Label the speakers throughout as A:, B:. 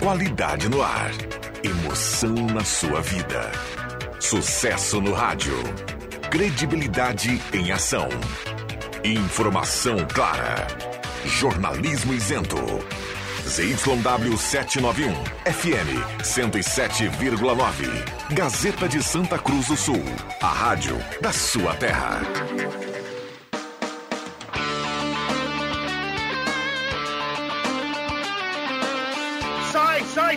A: Qualidade no ar. Emoção na sua vida. Sucesso no rádio. Credibilidade em ação. Informação clara. Jornalismo isento. ZYW 791. FM 107,9. Gazeta de Santa Cruz do Sul. A rádio da sua terra.
B: Sai, sai,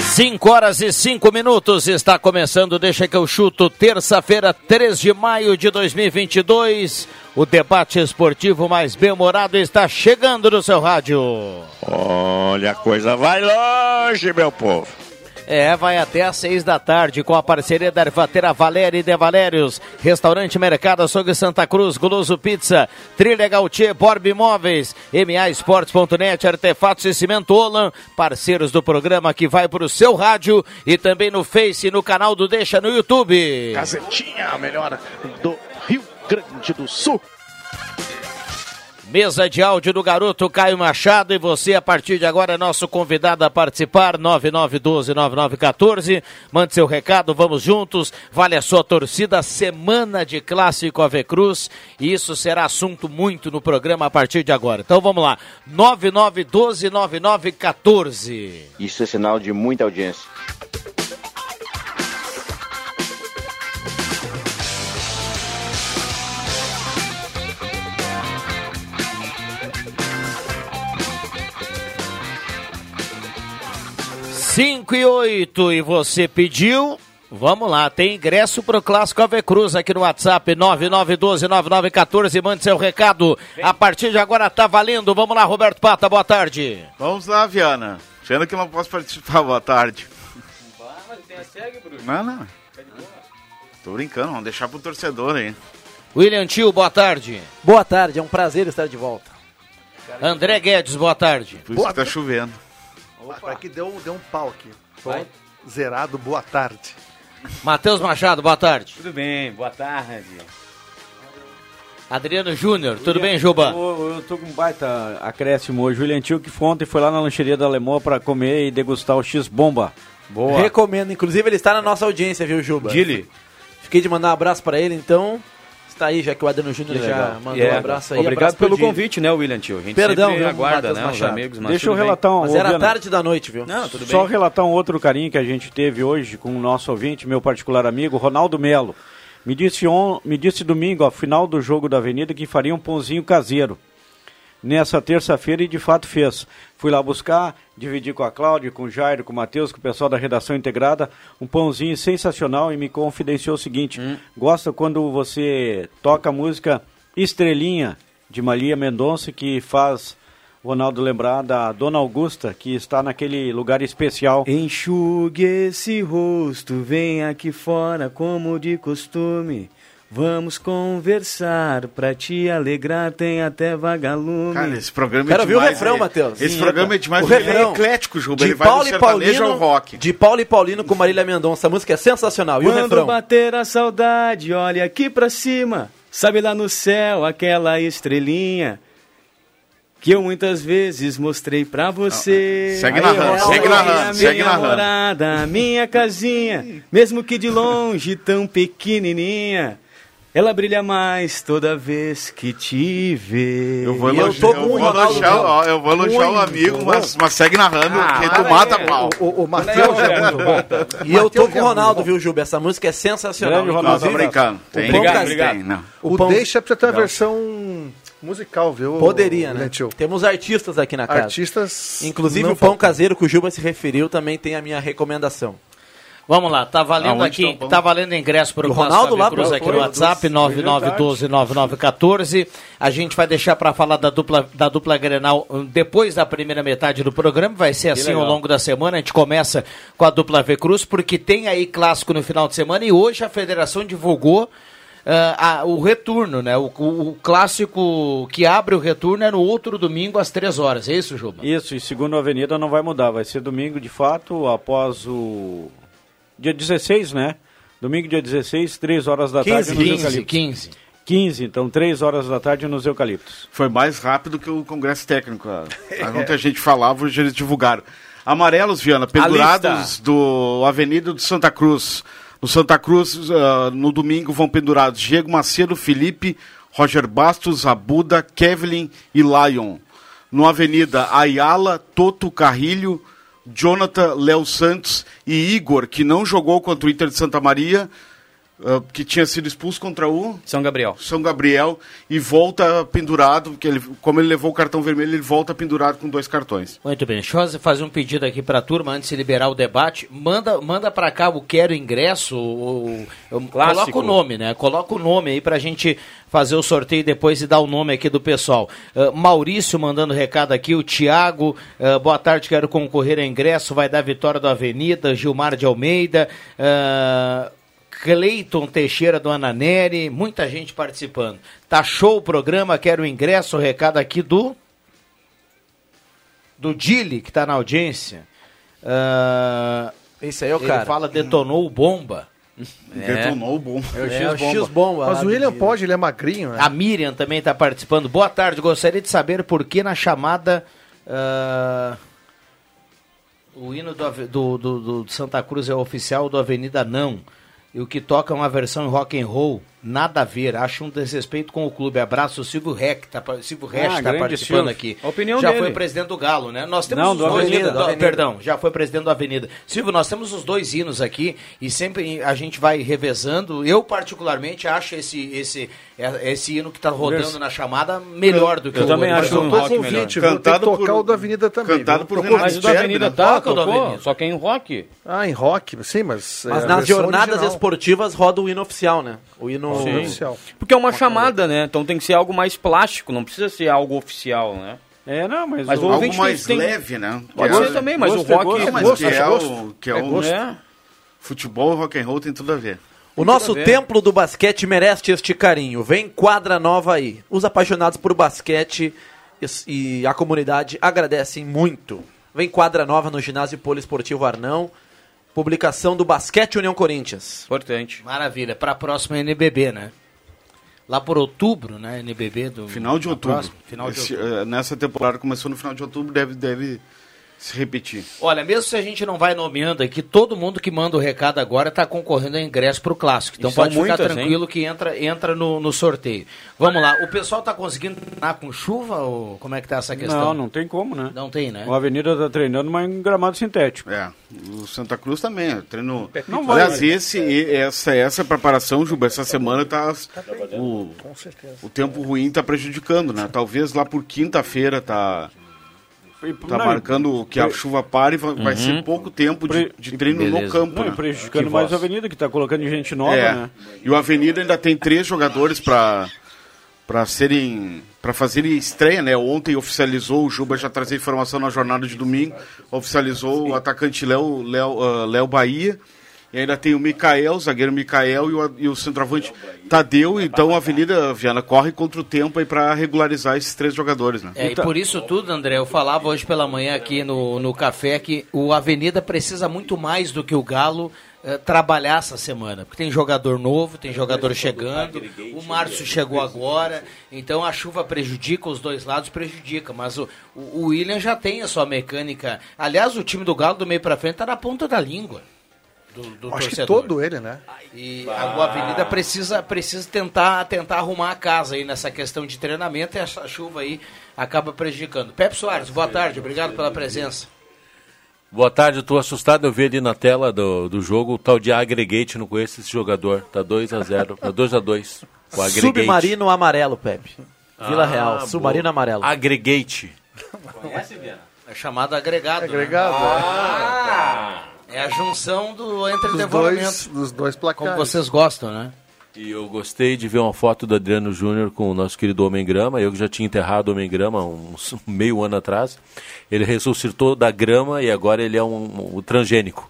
C: Cinco horas e cinco minutos está começando, deixa que eu chuto, terça-feira, 3 de maio de 2022. O debate esportivo mais bem-humorado está chegando no seu rádio.
D: Olha, a coisa vai longe, meu povo.
C: É, vai até às seis da tarde com a parceria da Ervatera Valéria e De Valérios, Restaurante Mercado Açougue Santa Cruz, Guloso Pizza, Trilha Gautier, Borb Imóveis, MA Esportes.net, Artefatos e Cimento Olan, parceiros do programa que vai pro seu rádio e também no Face e no canal do Deixa no YouTube.
D: Casetinha, a melhor do Rio Grande do Sul.
C: Mesa de áudio do garoto Caio Machado e você, a partir de agora, é nosso convidado a participar, 9912-9914. Mande seu recado, vamos juntos. Vale a sua torcida, semana de clássico Ave Cruz. E isso será assunto muito no programa a partir de agora. Então vamos lá, 9912-9914.
E: Isso é sinal de muita audiência.
C: Cinco e oito e você pediu. Vamos lá, tem ingresso pro Clássico Ave Cruz aqui no WhatsApp 99129914. Mande seu recado. A partir de agora tá valendo. Vamos lá, Roberto Pata, boa tarde.
F: Vamos lá, Viana. Vendo que não posso participar, boa tarde. Não, não. Tô brincando, vamos deixar pro torcedor aí.
C: William Tio, boa tarde.
G: Boa tarde, é um prazer estar de volta.
C: André Guedes, boa tarde.
F: Por isso que tá chovendo.
H: Opa, aqui deu, deu um pau aqui. Foi zerado, boa tarde.
C: Matheus Machado, boa tarde.
I: Tudo bem, boa tarde.
C: Adriano Júnior, tudo bem, Juba?
I: Eu, eu tô com um baita acréscimo hoje. O William Tio que foi ontem foi lá na lancheria da Alemoa pra comer e degustar o X-Bomba.
G: Boa. Recomendo, inclusive ele está na nossa audiência, viu, Juba?
I: Dile.
G: Fiquei de mandar um abraço pra ele, então está aí, já que o Adriano Júnior
I: Que
G: já
I: legal.
G: mandou
I: Yeah.
G: um abraço aí.
I: Obrigado
G: abraço pro
I: pelo
G: Dile.
I: convite, né, William Tio? A gente
G: Perdão,
I: sempre
G: viu,
I: aguarda,
G: Matheus
I: né, os
G: Machado.
I: amigos. mas
D: Deixa
I: tudo
D: eu
I: bem.
D: relatar um.
G: Mas
D: ô,
G: era
D: Viana,
G: tarde da noite, viu?
I: Não, tudo bem.
D: Só relatar um outro carinho que a gente teve hoje com o nosso ouvinte, meu particular amigo, Ronaldo Melo. Me disse, on, me disse domingo, ao final do jogo da Avenida, que faria um pãozinho caseiro. Nessa terça-feira, e de fato fez. Fui lá buscar, dividi com a Cláudia, com o Jairo, com o Matheus, com o pessoal da redação integrada, um pãozinho sensacional e me confidenciou o seguinte: gosta quando você toca a música Estrelinha, de Maria Mendonça, que faz Ronaldo lembrar da Dona Augusta, que está naquele lugar especial.
J: Enxugue esse rosto, vem aqui fora como de costume. Vamos conversar pra te alegrar, tem até vagalume.
F: Cara, esse programa
G: Quero
F: é
G: ouvir o
F: demais.
G: refrão,
F: né?
G: Matheus.
F: Esse programa é demais,
G: O
F: porque ele é
G: refrão.
F: eclético, Juba.
G: De
F: Ele vai do
G: Paulo e
F: sertanejo
G: Paulino,
F: ao rock.
G: de Paulo e Paulino com Marília Mendonça. A música é sensacional. E o
J: Quando
G: refrão?
J: bater a saudade, olha aqui pra cima. Sabe lá no céu aquela estrelinha que eu muitas vezes mostrei pra você.
F: Ah, Segue narrando,
J: Ela
F: segue
J: é a
F: narrando, segue
J: minha
F: narrando.
J: morada, a minha casinha, mesmo que de longe tão pequenininha, ela brilha mais toda vez que te vê.
F: Eu vou
G: E eu
F: elogiar,
G: tô
F: eu
G: com
F: vou
G: o Ronaldo
F: elogiar,
G: Melo.
F: ó, eu vou elogiar o
G: Muito
F: amigo,
G: bom.
F: mas, mas segue narrando, que tu
J: para
F: mata
J: aí.
F: pau.
H: O, o Matheus é muito bom.
G: E eu tô
H: Matheus
G: com o
H: é
G: Ronaldo,
H: muito
G: viu, Juba? Essa música é sensacional.
D: Grande
F: Não,
D: Ronaldo.
F: tô brincando. Tem,
G: Obrigado,
F: tem,
G: obrigado.
F: tem, não.
H: O,
G: pão-
H: Deixa precisa ter uma versão musical, viu?
G: Poderia, né?
H: Lentil?
G: Temos artistas aqui na casa.
H: Artistas.
G: Inclusive
H: não
G: o pão
H: faltam.
G: caseiro que o Juba se referiu também tem a minha recomendação.
C: Vamos lá, tá valendo
F: Aonde
C: aqui,
F: estão pondo?
C: tá valendo ingresso para o
G: Do Ronaldo lá,
C: Cruz
G: pra-
C: aqui no
G: foi,
C: WhatsApp, 99129914. A gente vai deixar para falar da dupla, da dupla Grenal hum, depois da primeira metade do programa, vai ser assim ao
D: legal.
C: longo da semana, a gente começa com a dupla V Cruz, porque tem aí clássico no final de semana e hoje a federação divulgou ah, a- o retorno, né? O, o- o clássico que abre o retorno é no outro domingo às três horas, é isso, Juba?
D: Isso, e segundo a Avenida não vai mudar, vai ser domingo de fato, após o dia 16, né? Domingo dia 16, 3 horas da tarde nos
C: 15,
D: eucaliptos.
C: 15.
D: 15, então 3 horas da tarde nos eucaliptos.
F: Foi mais rápido que o Congresso Técnico. a- a- Ontem a gente falava, hoje eles divulgaram. Amarelos, Viana, pendurados do Avenida do Santa Cruz. No Santa Cruz, ah, no domingo, vão pendurados Diego Macedo, Felipe, Roger Bastos, Abuda, Kevlin e Lion. No Avenida, Ayala, Toto, Carrilho, Jonathan, Léo Santos e Igor, que não jogou contra o Inter de Santa Maria, ah, que tinha sido expulso contra o...
C: São Gabriel.
F: São Gabriel e volta pendurado, porque ele, como ele levou o cartão vermelho, ele volta pendurado com dois cartões.
C: Muito bem, deixa eu fazer um pedido aqui para a turma antes de liberar o debate. Manda, manda para cá o Quero Ingresso, o, o- coloca o nome, né? Coloca o nome aí para a gente fazer o sorteio depois e dar o nome aqui do pessoal. Ah, Maurício mandando recado aqui, o Tiago, ah, boa tarde, quero concorrer a ingresso, vai dar vitória do Avenida, Gilmar de Almeida, ah, Cleiton Teixeira do Ananeri, muita gente participando. Tá show o programa, quero ingresso, recado aqui do do Dili, que está na audiência, ah,
G: Esse aí é o
C: ele
G: cara.
C: fala detonou o bomba.
F: Detonou o bom.
G: é o X-Bomba.
H: Mas o William pode, ele é magrinho, né?
G: Ah,
C: A Miriam também está participando. Boa tarde, gostaria de saber por que na chamada. ah, o hino do, Ave- do, do- do- do Santa Cruz é oficial do Avenida Não. E o que toca é uma versão em rock and roll. Nada a ver. Acho um desrespeito com o clube. Abraço, o Silvio Rec. Tá, par- Silvio Resch está
D: Ah, grande
C: participando
D: Silvio.
C: aqui.
D: A opinião
C: Já
D: dele.
C: foi presidente do Galo, né? Nós temos
D: Não,
C: os
D: do
C: dois
D: Avenida,
C: hinos-
D: do
C: do-
D: Avenida.
C: Perdão, já foi presidente do Avenida. Silvio, nós temos os dois hinos aqui e sempre a gente vai revezando. Eu, particularmente, acho esse, esse, é, esse hino que está rodando
D: Vers-
C: na chamada melhor do que
D: Eu
C: o
D: também
C: outro.
H: Mas
D: acho
H: são
D: um
H: todos
D: rock
H: ouvintes, vou ter que
F: Cantado
H: tocar
F: por-
H: o do Avenida também.
F: cantado
H: viu?
F: por
H: Tocou
F: Renato
H: mais
I: Mas o da
H: Tchê-
I: Avenida
F: né?
I: tá,
C: Toca o da
I: tocou,
C: Avenida.
I: só que é em rock.
H: Ah, em rock, sim, mas...
G: Mas
H: é,
G: nas
H: versão
G: jornadas
H: original.
G: esportivas roda o hino oficial, né? O hino
H: Sim. Oficial.
I: Porque é uma chamada, né? Então tem que ser algo mais plástico, não precisa ser algo oficial, né?
D: É, não, mas,
I: Mas
D: o-
I: o-
F: Algo
I: ouvinte
F: mais
I: tem-
F: leve, né?
I: Pode
F: Que é-
I: ser também, mas
D: gosto
I: o
D: é
I: rock
F: Não,
H: gosto.
F: mas
H: gosto,
F: que é,
H: é
F: o,
H: gosto.
F: que é,
H: É
F: o
H: gosto.
I: É.
F: futebol e rock and roll tem tudo a ver.
G: O nosso
I: a ver.
G: templo do basquete merece este carinho. Vem quadra nova aí. Os apaixonados por basquete e, e a comunidade agradecem muito. Vem quadra nova no ginásio poliesportivo Arnão. Publicação do Basquete União Corinthians.
I: Importante.
C: Maravilha, para a próxima NBB, né? Lá por outubro, né? NBB do.
F: Final de outubro.
C: próxima, final de
F: Esse, eh, nessa temporada começou no final de outubro, deve, deve se repetir.
C: Olha, mesmo se a gente não vai nomeando aqui, todo mundo que manda o recado agora está concorrendo a ingresso para o clássico. Então
I: E são
C: pode ficar
I: muitas,
C: tranquilo que entra, entra no, no sorteio. Vamos lá, o pessoal está conseguindo treinar com chuva ou como é que tá essa questão?
D: não, não tem como, né?
C: Não tem, né?
D: O Avenida tá treinando, mas em gramado sintético.
F: É, o Santa Cruz também, eu treino.
D: Não vai,
F: Aliás, esse, e- essa, essa preparação, Juba, essa semana tá. O, o tempo ruim tá prejudicando, né? Talvez lá por quinta-feira tá,
D: E-
F: tá
D: não,
F: marcando que a chuva pare, vai, vai ser pouco tempo de, de treino no
I: Beleza.
F: campo.
D: Não, e
F: né?
D: prejudicando mais a Avenida, que tá colocando gente nova,
F: É.
D: né?
F: E o Avenida ainda tem três jogadores para para serem para fazerem estreia, né? Ontem oficializou o Juba já trazia informação na jornada de domingo, oficializou o atacante Léo Léo ah, Léo Bahia. E ainda tem o Mikael, o zagueiro Mikael e o, e o centroavante Tadeu. Então a Avenida Viana corre contra o tempo aí para regularizar esses três jogadores, né?
C: É,
H: Então-
C: e por isso tudo, André, eu falava hoje pela manhã aqui no, no café que o Avenida precisa muito mais do que o Galo eh, trabalhar essa semana. Porque tem jogador novo, tem jogador chegando, o Márcio chegou agora, então a chuva prejudica os dois lados, prejudica. Mas o, o, o William já tem a sua mecânica. Aliás, o time do Galo do meio pra frente tá na ponta da língua. Do, do
H: Acho que
C: torcedor.
H: todo ele, né?
C: E a Boa
K: Ah.
C: Avenida precisa, precisa tentar, tentar arrumar a casa aí nessa questão de treinamento e essa chuva aí acaba prejudicando. Pepe Soares, boa tarde, obrigado pela presença.
K: Boa tarde, eu tô assustado, eu vi ali na tela do, do jogo o tal de Aggregate, não conheço esse jogador. Tá 2x0, tá 2x2. O Aggregate.
G: Submarino Amarelo, Pepe. Vila
K: Ah,
G: Real,
K: boa.
G: Submarino
I: Ah,
G: Amarelo.
K: Aggregate.
C: É chamado agregado. né?
K: Ah,
H: Obrigado.
C: É a junção do
H: Dos
C: entredevoramento.
H: dois, dos dois placares.
C: Como vocês gostam, né?
K: E eu gostei de ver uma foto do Adriano Júnior com o nosso querido Homem Grama. Eu que já tinha enterrado o Homem Grama uns meio ano atrás. Ele ressuscitou da grama e agora ele é um, um transgênico.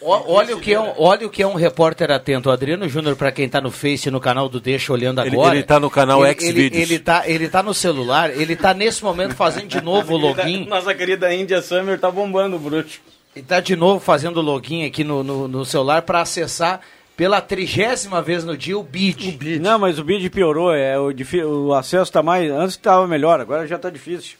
C: Ó- Olha o, que é um, olha o que é um repórter atento. O Adriano Júnior, para quem tá no Face, no canal do Deixa Olhando
K: Ele-
C: Agora.
K: ele tá no canal
C: ele-
K: Xvideos.
C: Ele, ele, tá, ele tá no celular, ele tá nesse momento fazendo de novo o
K: tá-
C: login.
I: É, Nossa querida Índia Summer tá bombando, bruxo.
C: Ele tá de novo fazendo o login aqui no, no, no celular para acessar pela trigésima vez no dia o bid.
D: Não, mas o bid piorou, é, o, difi- o acesso tá mais. Antes estava melhor, agora já tá difícil.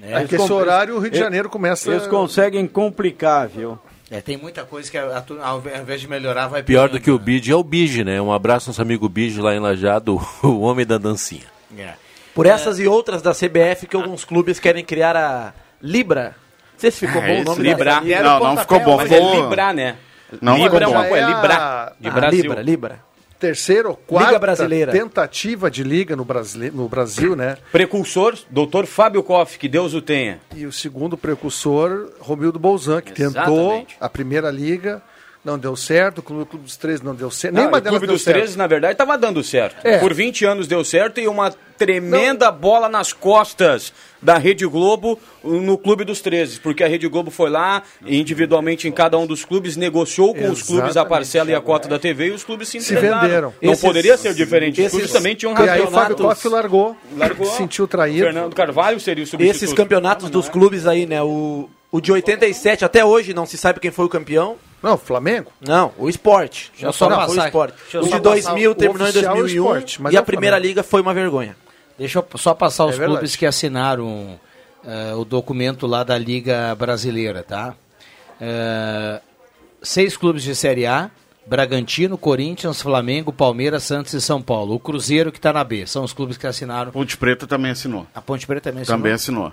H: É porque esse horário o Rio de Janeiro começa.
D: Eles conseguem complicar, viu?
C: É, tem muita coisa que a, a, turma, ao invés de melhorar vai
K: Pior
C: piorando,
K: do que o
C: né?
K: Bid é o Bid, né? Um abraço ao nosso amigo Bid lá em Lajado, o homem da dancinha.
C: É.
G: Por essas e outras da CBF que alguns clubes querem criar a Libra. Não sei se ficou bom o nome
I: Ah, É Libra.
G: dessa-
F: Não, não ficou bom.
I: Mas é
F: Ficou-
I: Libra, né?
F: Não
I: Libra é
F: ficou
I: uma
F: bom.
I: coisa,
H: Já é
I: Libra. De
G: Ah,
I: Brasil.
G: Libra, Libra.
H: Terceira ou quarta
G: Brasileira.
H: tentativa de liga no, Brasile... no Brasil, né?
I: Precursor, doutor Fábio Koff, que Deus o tenha.
H: E o segundo precursor, Romildo Bolzan, que tentou
I: Exatamente.
H: a primeira liga, não deu certo, o Clube, Clube dos Três não deu certo.
I: Não,
H: Nenhuma
I: o
H: delas
I: Clube
H: deu
I: dos
H: certo.
I: 13, na verdade, estava dando certo.
H: É.
I: Por 20 anos deu certo e uma tremenda bola nas costas da Rede Globo uh, no Clube dos 13, porque a Rede Globo foi lá individualmente em cada um dos clubes, negociou com os clubes a
H: Exatamente.
I: parcela e a cota da TV e os clubes se
H: Se
I: entregaram.
H: venderam.
I: Não
G: Esses-
I: poderia ser diferente. Os clubes
G: esses-
I: também tinham
H: E aí o Fábio
I: campeonatos.
H: Koff largou,
I: Largou.
H: se sentiu traído.
I: Fernando Carvalho seria o substituto.
G: Esses campeonatos dos clubes aí, né? O, o de 87 até hoje não se sabe quem foi o campeão.
H: Não, Flamengo.
G: Não, o esporte.
C: Deixa eu só
G: Não,
C: passar-
G: foi o esporte.
C: deixa eu
G: o
C: só
G: de 2000
H: passar o
G: terminou em
H: oficial
G: 2001
H: esporte, mas
G: e
H: é
G: a
H: o
G: primeira
H: Flamengo.
G: liga foi uma vergonha.
C: Deixa eu só passar os
H: verdade.
C: clubes que assinaram eh, o documento lá da Liga Brasileira, tá? Eh, seis clubes de Série A: Bragantino, Corinthians, Flamengo, Palmeiras, Santos e São Paulo. O Cruzeiro que tá na B. São os clubes que assinaram.
F: Ponte Preta também assinou.
C: A Ponte Preta também assinou.
F: Também assinou.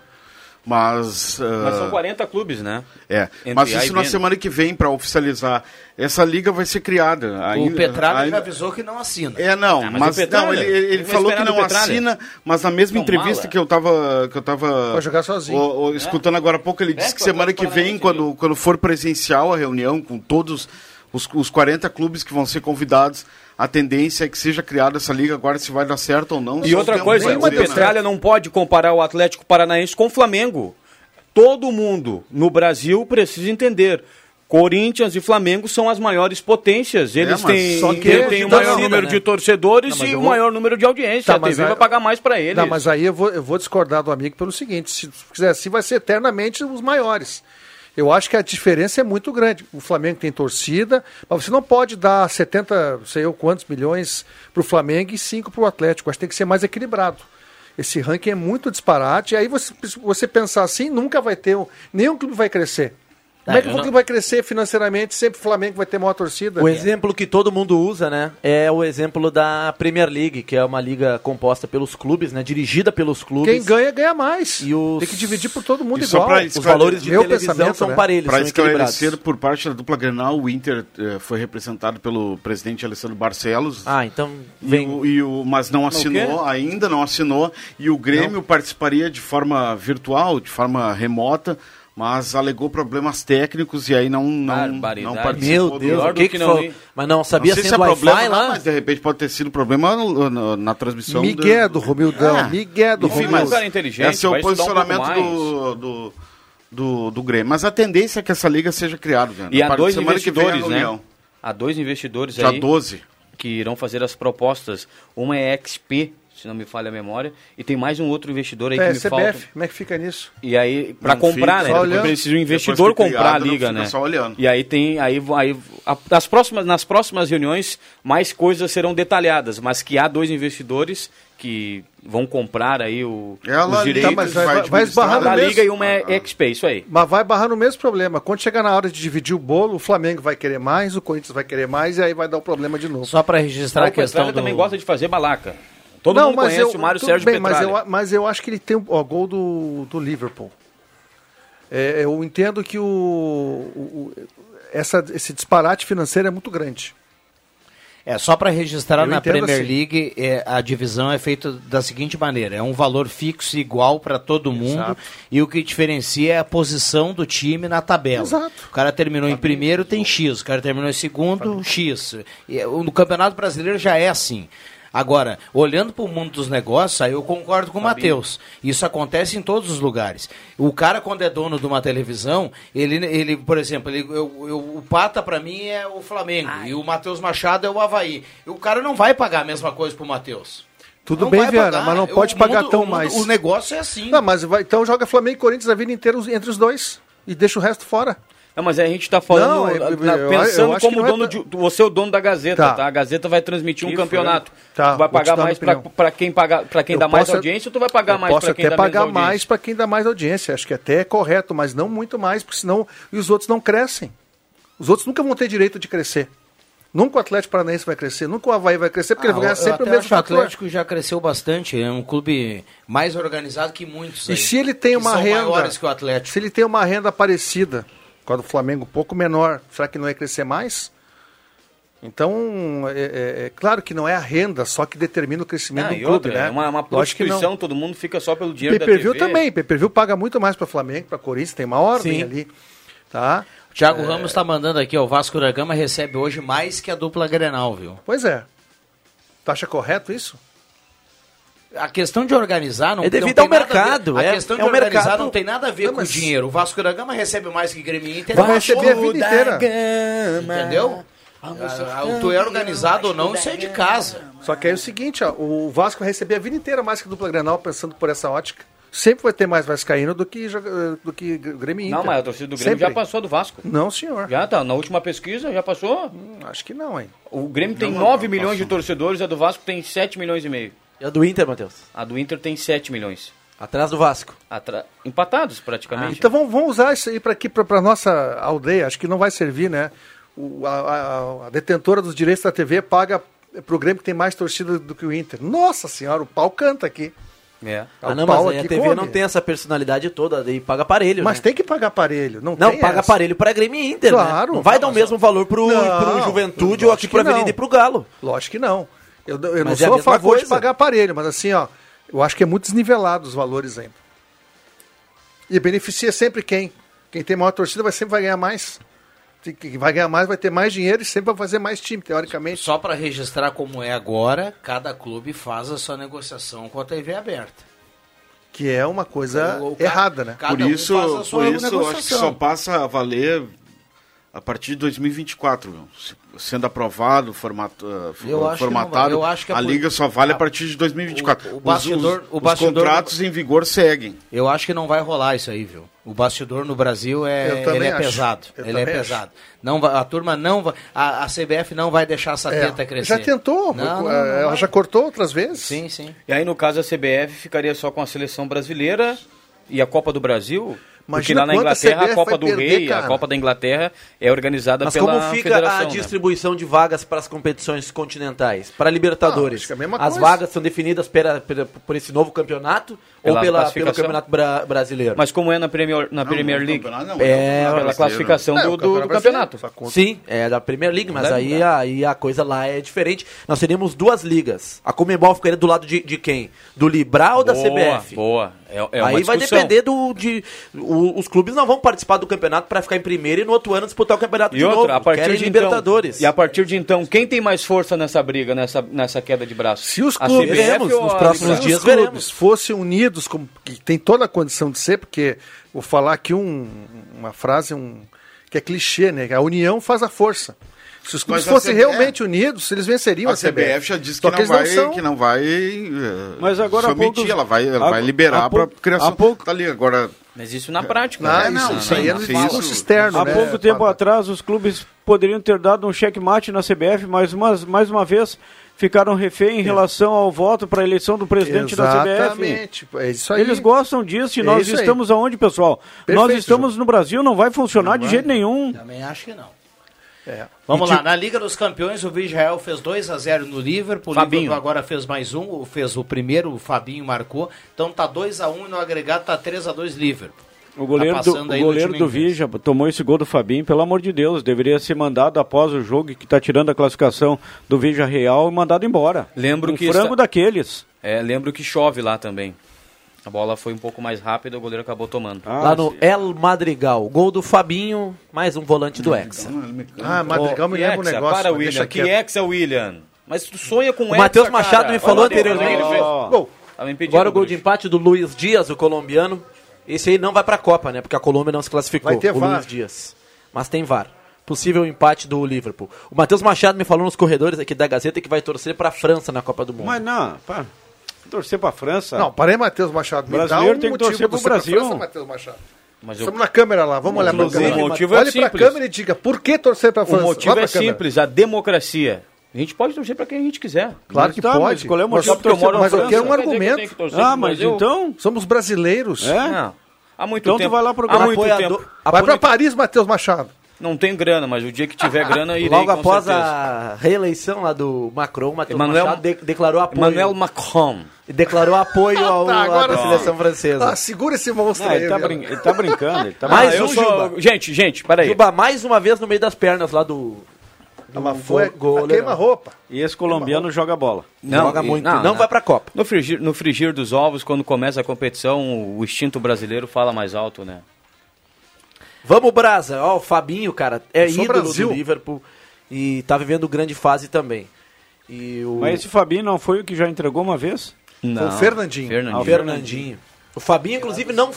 F: Mas. ah,
I: Mas são 40 clubes, né?
F: É,
I: Entre
F: mas
I: A e
F: isso na
I: B, né?
F: semana que vem para oficializar. Essa liga vai ser criada.
C: O
F: Ainda-
C: Petralha
F: ainda-
C: já avisou que não assina.
F: É, não,
I: Ah, mas
F: mas,
I: o Petralha,
F: não, ele, ele- ele
I: ele vai
F: falou que
I: esperar
F: não
I: do Petralha.
F: assina, mas na mesma
I: Não,
F: entrevista
I: mala. É?
F: que eu tava. Que eu tava
H: Vai jogar sozinho.
F: o- o- escutando agora há pouco, ele disse que
I: com a
F: semana que
I: Copa
F: vem,
I: Paranaense,
F: quando, quando for presencial a reunião com todos os, os 40 clubes que vão ser convidados, a tendência é que seja criada essa liga agora, se vai dar certo ou não.
I: E
F: só
I: outra
F: tempo
I: coisa,
F: vai
I: o
F: dizer, né?
I: Petralha não pode comparar o Atlético Paranaense com o Flamengo. Todo mundo no Brasil precisa entender. Corinthians e Flamengo são as maiores potências. Eles
F: mas
I: têm,
H: É, só que
I: eles
H: eles
I: têm o
H: dão
I: maior
H: torcida,
I: número
H: né?
I: de torcedores e o maior número de audiência.
H: Tá,
I: a
H: mas
I: TV
H: aí-
I: vai pagar mais pra eles.
H: Não, mas aí eu vou, eu vou discordar do amigo pelo seguinte: se tu quiser, assim vai ser eternamente os maiores. Eu acho que a diferença é muito grande. O Flamengo tem torcida, mas você não pode dar 70, sei eu quantos milhões para o Flamengo e 5 para o Atlético. Acho que tem que ser mais equilibrado. Esse ranking é muito disparate. E aí você, você pensar assim, nunca vai ter. Um, nenhum clube vai crescer. Como é que
C: eu
H: o
C: não-
H: clube vai crescer financeiramente? Sempre o Flamengo vai ter maior torcida.
G: O exemplo que todo mundo usa, né, é o exemplo da Premier League, que é uma liga composta pelos clubes, né, dirigida pelos clubes.
H: Quem ganha, ganha mais.
G: E os-
H: Tem que dividir por todo mundo
F: E só
H: igual.
F: pra
G: Os valores de
H: Meu
G: televisão
H: pensamento,
G: são
H: né?
G: parelhos,
F: Para
G: são equilibrados.
F: esclarecer, por parte da dupla Grenal, o Inter eh, foi representado pelo presidente Alessandro Barcelos.
G: Ah, então
F: E
G: vem.
F: o- e o- mas não assinou, ainda não assinou. E o Grêmio participaria de forma virtual, de forma remota, mas alegou problemas técnicos e aí não, não, não
I: Barbaridade.
F: participou.
G: Meu
F: do-
G: Deus,
I: Pior
G: o
I: do
G: que
I: que
G: que
I: não
G: foi?
I: ir.
G: Mas não,
F: Não
G: sabia
F: sei se é
G: sendo Wi-Fi
F: problema,
G: lá?
F: mas de repente pode ter sido problema no- no- na transmissão.
H: Miguel
F: do-
H: do Romildão,
F: Ah,
H: Miguel do
F: Enfim,
H: Romildo.
I: Romildo.
F: mas
I: Um cara inteligente,
F: esse é o
I: vai estudar um
F: posicionamento
I: pouco
F: do, do, do, do Grêmio. Mas a tendência é que essa liga seja criada. Né?
I: E
F: Na
I: há
F: parte-
I: dois
F: semana que vem é a
I: investidores, né?
F: reunião.
I: Há dois investidores
F: Dia
I: aí
F: 12.
I: que irão fazer as propostas. Uma é XP, se não me falha a memória, e tem mais um outro investidor aí
H: É,
I: que me falta.
H: CBF, como é que fica nisso?
I: E aí, para
F: Não
I: comprar,
F: fica
I: né?
H: só
I: Porque
H: olhando.
I: precisa o
F: Depois
I: investidor
F: que
I: comprar a
F: criado, não
I: liga,
F: fica
I: né?
F: só olhando.
I: E aí tem. Aí, aí, a- as próximas, nas próximas reuniões, mais coisas serão detalhadas, mas que há dois investidores que vão comprar aí o, os
F: Ela
I: direitos
H: Tá, mas vai- vai- vai esbarrar
I: da
H: no mesmo.
I: liga e uma
F: Ah,
I: é XP, isso aí.
H: Mas vai barrar no mesmo problema. Quando chegar na hora de dividir o bolo, o Flamengo vai querer mais, o Corinthians vai querer mais, e aí vai dar o problema de novo.
C: Só para registrar a
I: o Petralha
C: questão do...
I: também gosta de fazer balaca. Todo mundo conhece o Mário
H: tudo
I: Sérgio
H: bem, mas
I: Petralha.
H: eu, mas eu acho que ele tem o ó, gol do, do Liverpool. É, eu entendo que o, o- o- essa, esse disparate financeiro é muito grande.
C: É só para registrar
H: Eu
C: na
H: entendo
C: Premier
H: assim.
C: League, é, a divisão é feita da seguinte maneira: é um valor fixo igual para todo mundo e o que diferencia é a posição do time na tabela.
H: Exato.
C: O cara terminou em primeiro, tem X. O cara terminou em segundo, X. E, é, o- no Campeonato Brasileiro já é assim. Agora, olhando para o mundo dos negócios, aí eu concordo com o Matheus. Isso acontece em todos os lugares. O cara, quando é dono de uma televisão, ele, ele por exemplo, ele- eu- eu- o Pata, para mim, é o Flamengo. E o Matheus Machado é o Havaí. O cara não vai pagar a mesma coisa para o Matheus.
H: Tudo
C: Não
H: bem,
C: vai
H: Viana,
C: pagar.
H: mas não
C: O
H: pode pagar
C: mundo-
H: tão
C: o mundo-
H: mais.
C: o negócio é assim.
H: Não, mas vai- então joga Flamengo e Corinthians a vida inteira os- entre os dois e deixa o resto fora.
I: Não, mas aí a gente está falando,
H: Não, eu-
I: na-
H: eu- eu
I: pensando
H: acho
I: como
H: que não é
I: dono
H: pra-
I: de, você é o dono da Gazeta,
H: Tá.
I: tá? A Gazeta vai transmitir um
H: Que
I: campeonato.
H: Tá,
I: tu vai
H: vou te
I: pagar
H: dar
I: mais
H: minha opinião.
I: para quem, paga, pra quem
H: Eu
I: dá mais
H: posso-
I: audiência ou tu vai pagar
H: eu
I: mais
H: posso
I: para quem
H: até
I: dá menos
H: pagar
I: audiência?
H: mais para quem dá mais audiência. Acho que até é correto, mas não muito mais, porque senão e os outros não crescem. Os outros nunca vão ter direito de crescer. Nunca o Atlético Paranaense vai crescer, nunca o Havaí vai crescer, porque
C: Ah,
H: ele vai ganhar
C: eu
H: sempre o
C: até
H: mesmo
C: acho que o
H: fator.
C: Atlético já cresceu bastante, é um clube mais organizado que muitos.
H: E
C: aí,
H: se ele tem
C: que
H: uma
C: são
H: renda.
C: maiores que o Atlético.
H: Se ele tem uma renda parecida com a do Flamengo, um pouco menor, será que não ia crescer mais? Então, é, é- é claro que não é a renda só que determina o crescimento
I: Não,
H: do
I: e
H: clube,
I: outra,
H: né?
I: é uma, uma
H: Lógico que não.
I: prostituição, todo mundo fica só pelo dinheiro da
H: Pay-per-view
I: TV.
H: também, pay-per-view paga muito mais para Flamengo, para Corinthians, tem uma ordem
C: Sim.
H: ali, tá?
C: Thiago
H: É,
C: Ramos está mandando aqui, ó, o Vasco da Gama recebe hoje mais que a dupla Grenal, viu?
H: Pois é. Tu acha correto isso?
C: A questão de organizar não
G: É devido
C: não tem
G: ao
C: nada a ver-
G: mercado,
C: A
G: é-
C: questão
G: é
C: de
G: o
C: organizar
G: mercado.
C: não tem nada a ver
G: Não,
C: com o
G: mas-
C: dinheiro. O Vasco da Gama recebe mais que Grêmio e Inter.
H: Vai
C: mas-
H: receber a vida inteira.
C: Entendeu? Ah, ah, tu é organizado ou não, isso é de casa.
H: Só que aí é o seguinte, ó, o Vasco vai receber a vida inteira mais que a dupla Grenal, pensando por essa ótica. Sempre vai ter mais vascaíno do que, joga- do que Grêmio e Inter.
I: Não, mas a torcida do Grêmio já
H: Sempre.
I: passou do Vasco.
H: Não, senhor.
I: Já tá, na última pesquisa já passou.
H: Acho que não, hein?
I: O Grêmio tem 9 milhões de torcedores, a do Vasco tem 7 milhões e meio.
G: E a É do Inter, Matheus?
I: A do Inter tem 7 milhões.
G: Atrás do Vasco.
I: Atra- Empatados, praticamente.
H: Então vamos, vamos usar isso aí para aqui, para nossa aldeia. Acho que não vai servir, né? O- a, a- a detentora dos direitos da TV paga é, pro Grêmio que tem mais torcida do que o Inter. Nossa senhora, o pau canta aqui.
I: É.
H: O
G: Ah, não,
H: pau
G: mas aí a
H: aqui
G: TV
H: come.
G: não tem essa personalidade toda, daí paga aparelho,
H: Mas
G: né?
H: tem que pagar aparelho. Não,
G: Não,
H: tem
G: paga
H: essa.
G: aparelho pra Grêmio e Inter,
H: Claro.
G: né? Não vai dar o mesmo valor pro,
H: Não,
G: pro Juventude
H: lógico
G: ou aqui pro
H: que não.
G: Avenida e pro Galo.
H: Lógico que não. Eu, eu não
G: Mas é a
H: sou a,
G: mesma
H: favor de
G: coisa.
H: pagar aparelho, mas assim, ó, eu acho que é muito desnivelado os valores ainda. E beneficia sempre quem? Quem tem maior torcida vai sempre vai ganhar mais. Tem- Quem vai ganhar mais vai ter mais dinheiro e sempre vai fazer mais time, teoricamente.
C: Só para registrar como é agora, cada clube faz a sua negociação com a TV aberta.
H: Que é uma coisa
C: O- o ca-
H: errada, né?
C: Cada
F: Por
C: um
F: isso,
C: faz a sua
F: por isso eu acho que
C: negociação.
F: só passa a valer a partir de 2024, meu. Se- Sendo aprovado, formato, ah, fo-
C: Eu acho que não vai.
F: formatado,
C: Eu acho que é
F: a
C: por-
F: liga só vale a
C: a-
F: partir de 2024.
C: o- o
F: Os-
C: bastidor-
F: os,
C: o
F: os
C: bastidor-
F: contratos em vigor seguem.
C: Eu acho que não vai rolar isso aí, viu? O bastidor no Brasil é,
H: Eu também
C: ele é
H: acho.
C: pesado.
H: Eu
C: ele é
H: também
C: pesado. Não vai- a turma não vai. A, a CBF não vai deixar essa
H: É,
C: teta crescer.
H: já tentou,
C: Não,
H: É,
C: não, não,
H: ela
C: não.
H: já cortou outras vezes.
C: Sim, sim.
I: E aí, no caso, a CBF ficaria só com a seleção brasileira e a Copa do Brasil. porque
H: Imagina
I: lá na
H: quanto a
I: Inglaterra,
H: CBF
I: a Copa
H: vai
I: do
H: perder,
I: Rei,
H: cara.
I: a Copa da Inglaterra é organizada
G: Mas
I: pela
G: como fica a
I: federação, né?
G: distribuição de vagas para as competições continentais? Para
H: Ah, acho
G: Libertadores?
H: que é a mesma
G: as
H: coisa.
G: vagas são definidas pela- pela- por esse novo campeonato
I: Pela
G: ou pela, pelo
I: classificação?
G: Campeonato bra- Brasileiro?
I: Mas como é na Premier, na
F: Não,
I: Premier
F: não,
I: League?
F: campeonato não,
G: É,
F: campeonato
I: Pela
F: brasileiro.
I: classificação
H: É,
I: do,
H: o
I: do- do
H: brasileiro,
I: campeonato.
H: só conta.
G: Sim, é da Premier League, mas
I: Não,
G: aí, aí a coisa lá é diferente. Nós teríamos duas ligas. A Comebol ficaria do lado de, de quem? Do Libral ou da CBF?
I: Boa, É, é uma
G: Aí vai
I: discussão.
G: depender do. De, o- os clubes não vão participar do campeonato para ficar em primeiro e no outro ano disputar o campeonato
I: E
G: de
I: outra,
G: novo.
I: a partir
G: Querem
I: de
G: Libertadores.
I: Então, e a partir de então, quem tem mais força nessa briga, nessa, nessa queda de braço?
H: Se os
I: A
H: clubes-
I: CBF
G: Veremos,
I: ou
G: nos
I: a
G: próximos
I: Liga?
H: Se
G: dias
H: os clubes
G: veremos.
H: fossem unidos, como que tem toda a condição de ser, porque vou falar aqui um- uma frase um, que é clichê, né? A união faz a força. Se os clubes
F: Mas a
H: fossem
F: CBF
H: realmente unidos, eles venceriam a,
F: A CBF já disse
H: Só
F: que não,
H: eles não
F: vai,
H: são.
F: que não vai.
D: Mas agora há
F: só mentir,
D: poucos-
F: ela vai, ela
D: há-
F: vai liberar
D: há
F: para
D: pouco-
F: criação
D: há pouco-
F: tá ali agora.
I: Mas isso na prática.
H: Ah,
I: né?
H: não, isso aí é
F: não,
H: no
F: isso-
H: discurso externo.
D: Há
H: né,
D: pouco tempo
H: Pata?
D: atrás, os clubes poderiam ter dado um checkmate na CBF, mas umas- mais uma vez ficaram
H: É.
D: refém em relação ao voto para a eleição do presidente da CBF.
H: Exatamente. É isso aí.
D: Eles gostam disso e
H: É
D: nós
H: isso aí.
D: estamos aonde, pessoal?
H: Perfeito,
D: nós estamos no Brasil, não vai funcionar de jeito nenhum.
C: Também acho que não.
H: É.
C: Vamos lá, na Liga dos Campeões, o Israel fez 2 a 0 no Liverpool, o
I: Fabinho.
C: Liverpool agora fez mais um, um o- fez o primeiro, o Fabinho marcou. Então tá 2 a 1 e no agregado tá 3 a 2 Liverpool.
D: O goleiro,
C: tá
D: do,
C: passando aí
D: o
C: no
D: goleiro
C: time
D: do
C: inglês.
D: Vija tomou esse gol do Fabinho, pelo amor de Deus, deveria ser mandado após o jogo que está tirando a classificação do Vija Real e mandado embora.
I: Lembro
D: um
I: que
D: frango
I: esta-
D: daqueles.
I: É, lembro que chove lá também. A bola foi um pouco mais rápida, o goleiro acabou tomando.
G: Lá no El Madrigal. Gol do Fabinho, mais um volante do Hexa.
H: Ah, Madrigal me
I: Ô,
H: lembra um
I: Hexa,
H: negócio,
I: Para,
H: mas
I: William.
H: deixa
I: Que é-
H: quieto.
I: Hexa, William? Mas tu sonha com
G: O Matheus
I: Hexa,
G: Matheus
I: cara.
G: Machado me falou
I: Olha o Matheus,
G: anteriormente.
I: olha o que ele fez.
G: Gol.
I: Tava impedido,
G: Agora o gol de
I: Bruno.
G: empate do Luiz Dias, o colombiano. Esse aí não vai pra Copa, né? Porque a Colômbia não se classificou.
H: Vai ter
G: o
H: VAR.
G: Luiz Dias. Mas tem VAR. Possível empate do Liverpool. O Matheus Machado me falou nos corredores aqui da Gazeta que vai torcer pra França na Copa do Mundo.
D: Mas não, pá, torcer para a França.
H: Não, parei, Matheus Machado. Me
D: Brasileiro
H: dá um
D: tem que
H: motivo
D: torcer pro
H: você pra
D: Brasil.
H: França, Matheus Machado.
I: Mas eu-
H: Estamos na câmera lá, vamos olhar pra
I: Inclusive,
H: câmera.
I: o motivo é
H: Olhe pra
I: simples.
H: câmera e diga, por que torcer pra
I: O
H: França? Olha
I: motivo
H: pra
I: é
H: câmera.
I: simples, a democracia. A gente pode torcer pra quem a gente quiser.
H: Claro que
D: Tá, mas
H: pode.
D: qual é o
H: Mas
D: motivo
H: só
D: que eu
H: torcer-
D: moro na
H: Mas eu
D: França?
H: quero um
I: Quer dizer que eu tenho
H: argumento.
I: que torcer
D: ah,
I: pro
D: mas
I: Brasil?
D: então...
H: Somos brasileiros.
D: É?
I: Não. Há muito
D: Então tu
I: tempo.
D: vai lá pro
I: Há
D: Grêmio.
I: muito
G: Apoiador-
I: tempo.
H: Vai pra
G: apoia-
H: Paris, Matheus Machado.
I: Não tem grana, mas o dia que tiver grana, irei
G: Logo
I: com
G: após
I: certeza.
G: a reeleição lá do Macron, o Matheus
I: Emmanuel-
G: Machado de- declarou apoio.
I: Emmanuel Macron.
G: Declarou apoio ao,
H: Tá, agora
G: à
H: sim.
G: seleção francesa.
H: Ah, segura esse monstro
D: Ah,
H: aí.
D: ele, tá
H: Viana.
D: brin- ele tá brincando, ele tá
G: Mas-
D: brincando.
G: Mais
I: Ah, eu
G: um,
I: sou...
G: Juba.
I: Gente, gente, peraí.
G: Juba, mais uma vez no meio das pernas lá do.
H: Ah, mas foi
G: goleiro.
H: queima-roupa.
D: E esse colombiano joga bola.
I: Não,
G: joga
I: e-
G: muito. né?
I: não, né?
G: Não,
I: não.
G: vai pra Copa.
I: No frigir, no frigir dos ovos, quando começa a competição, o instinto brasileiro fala mais alto, né?
G: Vamos, Brasa. Ó, o Fabinho, cara, é
H: Eu sou
G: ídolo
H: Brasil.
G: do Liverpool e tá vivendo grande fase também. E o
D: Mas esse Fabinho não foi o que já entregou uma vez?
I: Não.
H: Fernandinho.
I: Fernandinho.
G: Fernandinho. O Fabinho, inclusive, não.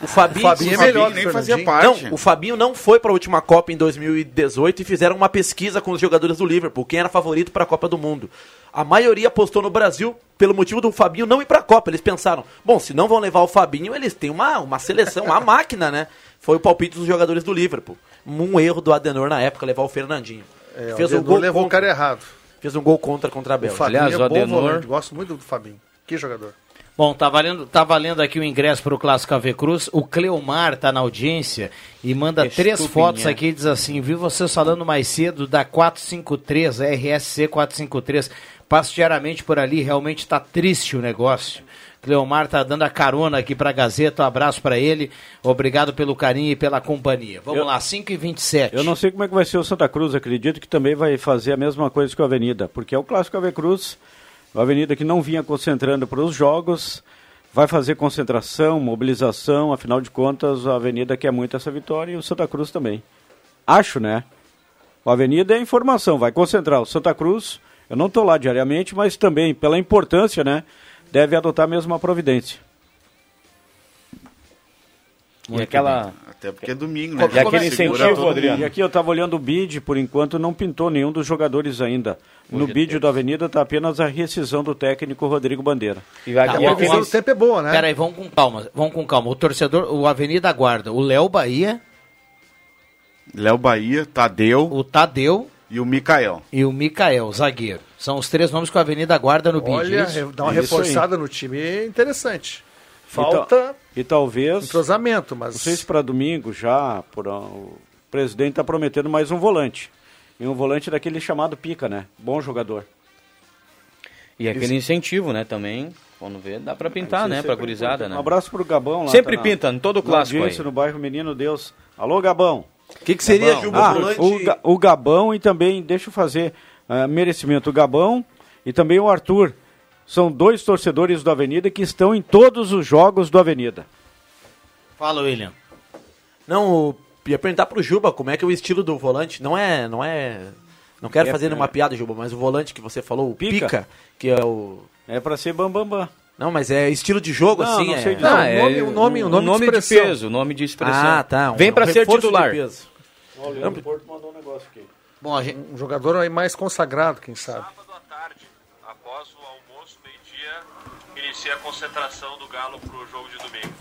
G: O Fabinho,
H: O Fabinho é
G: inclusive,
H: melhor que o
F: nem fazia
H: Fernandinho.
F: parte.
G: Não, o Fabinho não foi para a última Copa em 2018 e fizeram uma pesquisa com os jogadores do Liverpool, quem era favorito para a Copa do Mundo. A maioria apostou no Brasil pelo motivo do Fabinho não ir para a Copa. Eles pensaram, bom, se não vão levar o Fabinho, eles têm uma, uma seleção, uma máquina, né? Foi o palpite dos jogadores do Liverpool. Um erro do Adenor na época levar o Fernandinho.
H: É,
G: fez, um
H: o Dedo
G: gol
H: levou o
G: contra,
H: cara errado.
G: fez um gol contra contra a
H: O
G: Bélgica.
H: Fabinho
I: Aliás,
H: é
I: o
H: bom
I: Adenor-
H: volante. Gosto muito do Fabinho. Que jogador.
C: Bom, tá valendo, tá valendo aqui o ingresso para o Clássico AV Cruz. O Cleomar tá na audiência e manda três
I: Estupinha.
C: fotos aqui e diz assim: vi vocês falando mais cedo da 453, RSC 453. Passo diariamente por ali, realmente tá triste o negócio. Cleomar tá dando a carona aqui pra Gazeta, um abraço para ele. Obrigado pelo carinho e pela companhia. Vamos lá, 5h27.
D: Eu não sei como é que vai ser o Santa Cruz, acredito que também vai fazer a mesma coisa que o Avenida, porque é o clássico Ave Cruz, o Avenida que não vinha concentrando para os jogos, vai fazer concentração, mobilização, afinal de contas, a Avenida quer muito essa vitória e o Santa Cruz também. Acho, né? O Avenida é informação, vai concentrar. O Santa Cruz, eu não estou lá diariamente, mas também, pela importância, né? Deve adotar a mesma providência.
I: e aquela...
F: Até porque é domingo, né?
I: E aquele
F: Segura todo
I: incentivo,
F: mundo.
D: E
I: Adriano.
D: aqui eu estava olhando o bid, por enquanto não pintou nenhum dos jogadores ainda. no bid da Avenida está apenas a rescisão do técnico Rodrigo Bandeira.
I: E, a-
C: Tá,
I: e
H: A previsão
I: aquele...
H: do tempo é boa, né?
C: Peraí, vamos com calma, vamos com calma. O torcedor, o Avenida aguarda. O Léo Bahia,
F: Léo Bahia, Tadeu
C: o Tadeu
F: e o Mikael.
C: e o Mikael, zagueiro. São os três nomes que a Avenida guarda no BID. é
H: Olha,
C: isso?
H: re- dá uma
D: Isso aí.
H: reforçada no time. É interessante.
D: E ta-
H: Falta
D: E talvez, não
H: entrosamento, mas...
D: sei se para domingo já, por, ah, o presidente está prometendo mais um volante. E um volante daquele chamado Pica, né? Bom jogador.
I: e aquele incentivo, né, também. Quando vê, dá pra pintar, né, pra gurizada, né?
D: Um abraço pro Gabão lá.
I: Sempre
D: tá na-
I: pinta, em todo
D: na
I: clássico aí.
D: audiência no bairro Menino Deus. Alô, Gabão.
G: O que, que seria,
I: bom.
G: Juba?
D: Ah,
G: volante-
D: o, Ga- o Gabão e também, deixa eu fazer ah, merecimento, o Gabão e também o Arthur. São dois torcedores do Avenida que estão em todos os jogos do Avenida.
C: Fala, William.
G: Não, o- ia perguntar pro Juba como é que é o estilo do volante. Não é. Não é. Não quero
D: É,
G: fazer
D: é.
G: uma piada, Juba, mas o volante que você falou, o
D: Pica.
G: pica, que é o.
D: É pra ser bam, bam, bam.
G: Não, mas é estilo de jogo,
D: Não,
G: assim.
D: não
G: é...
D: sei dizer.
H: Não, o
I: Ah,
H: nome,
I: é
H: o nome, o nome, de
I: de,
H: expressão.
I: peso, nome de expressão.
G: Ah, tá. um-
I: Vem pra
G: um
I: ser
G: reforço de
I: titular.
G: peso.
D: O Leandro Porto mandou um negócio aqui.
C: Bom, a gente,
H: Um jogador aí mais consagrado, quem sabe.
B: Sábado à tarde, após o almoço, meio-dia, inicia a concentração do Galo pro jogo de domingo.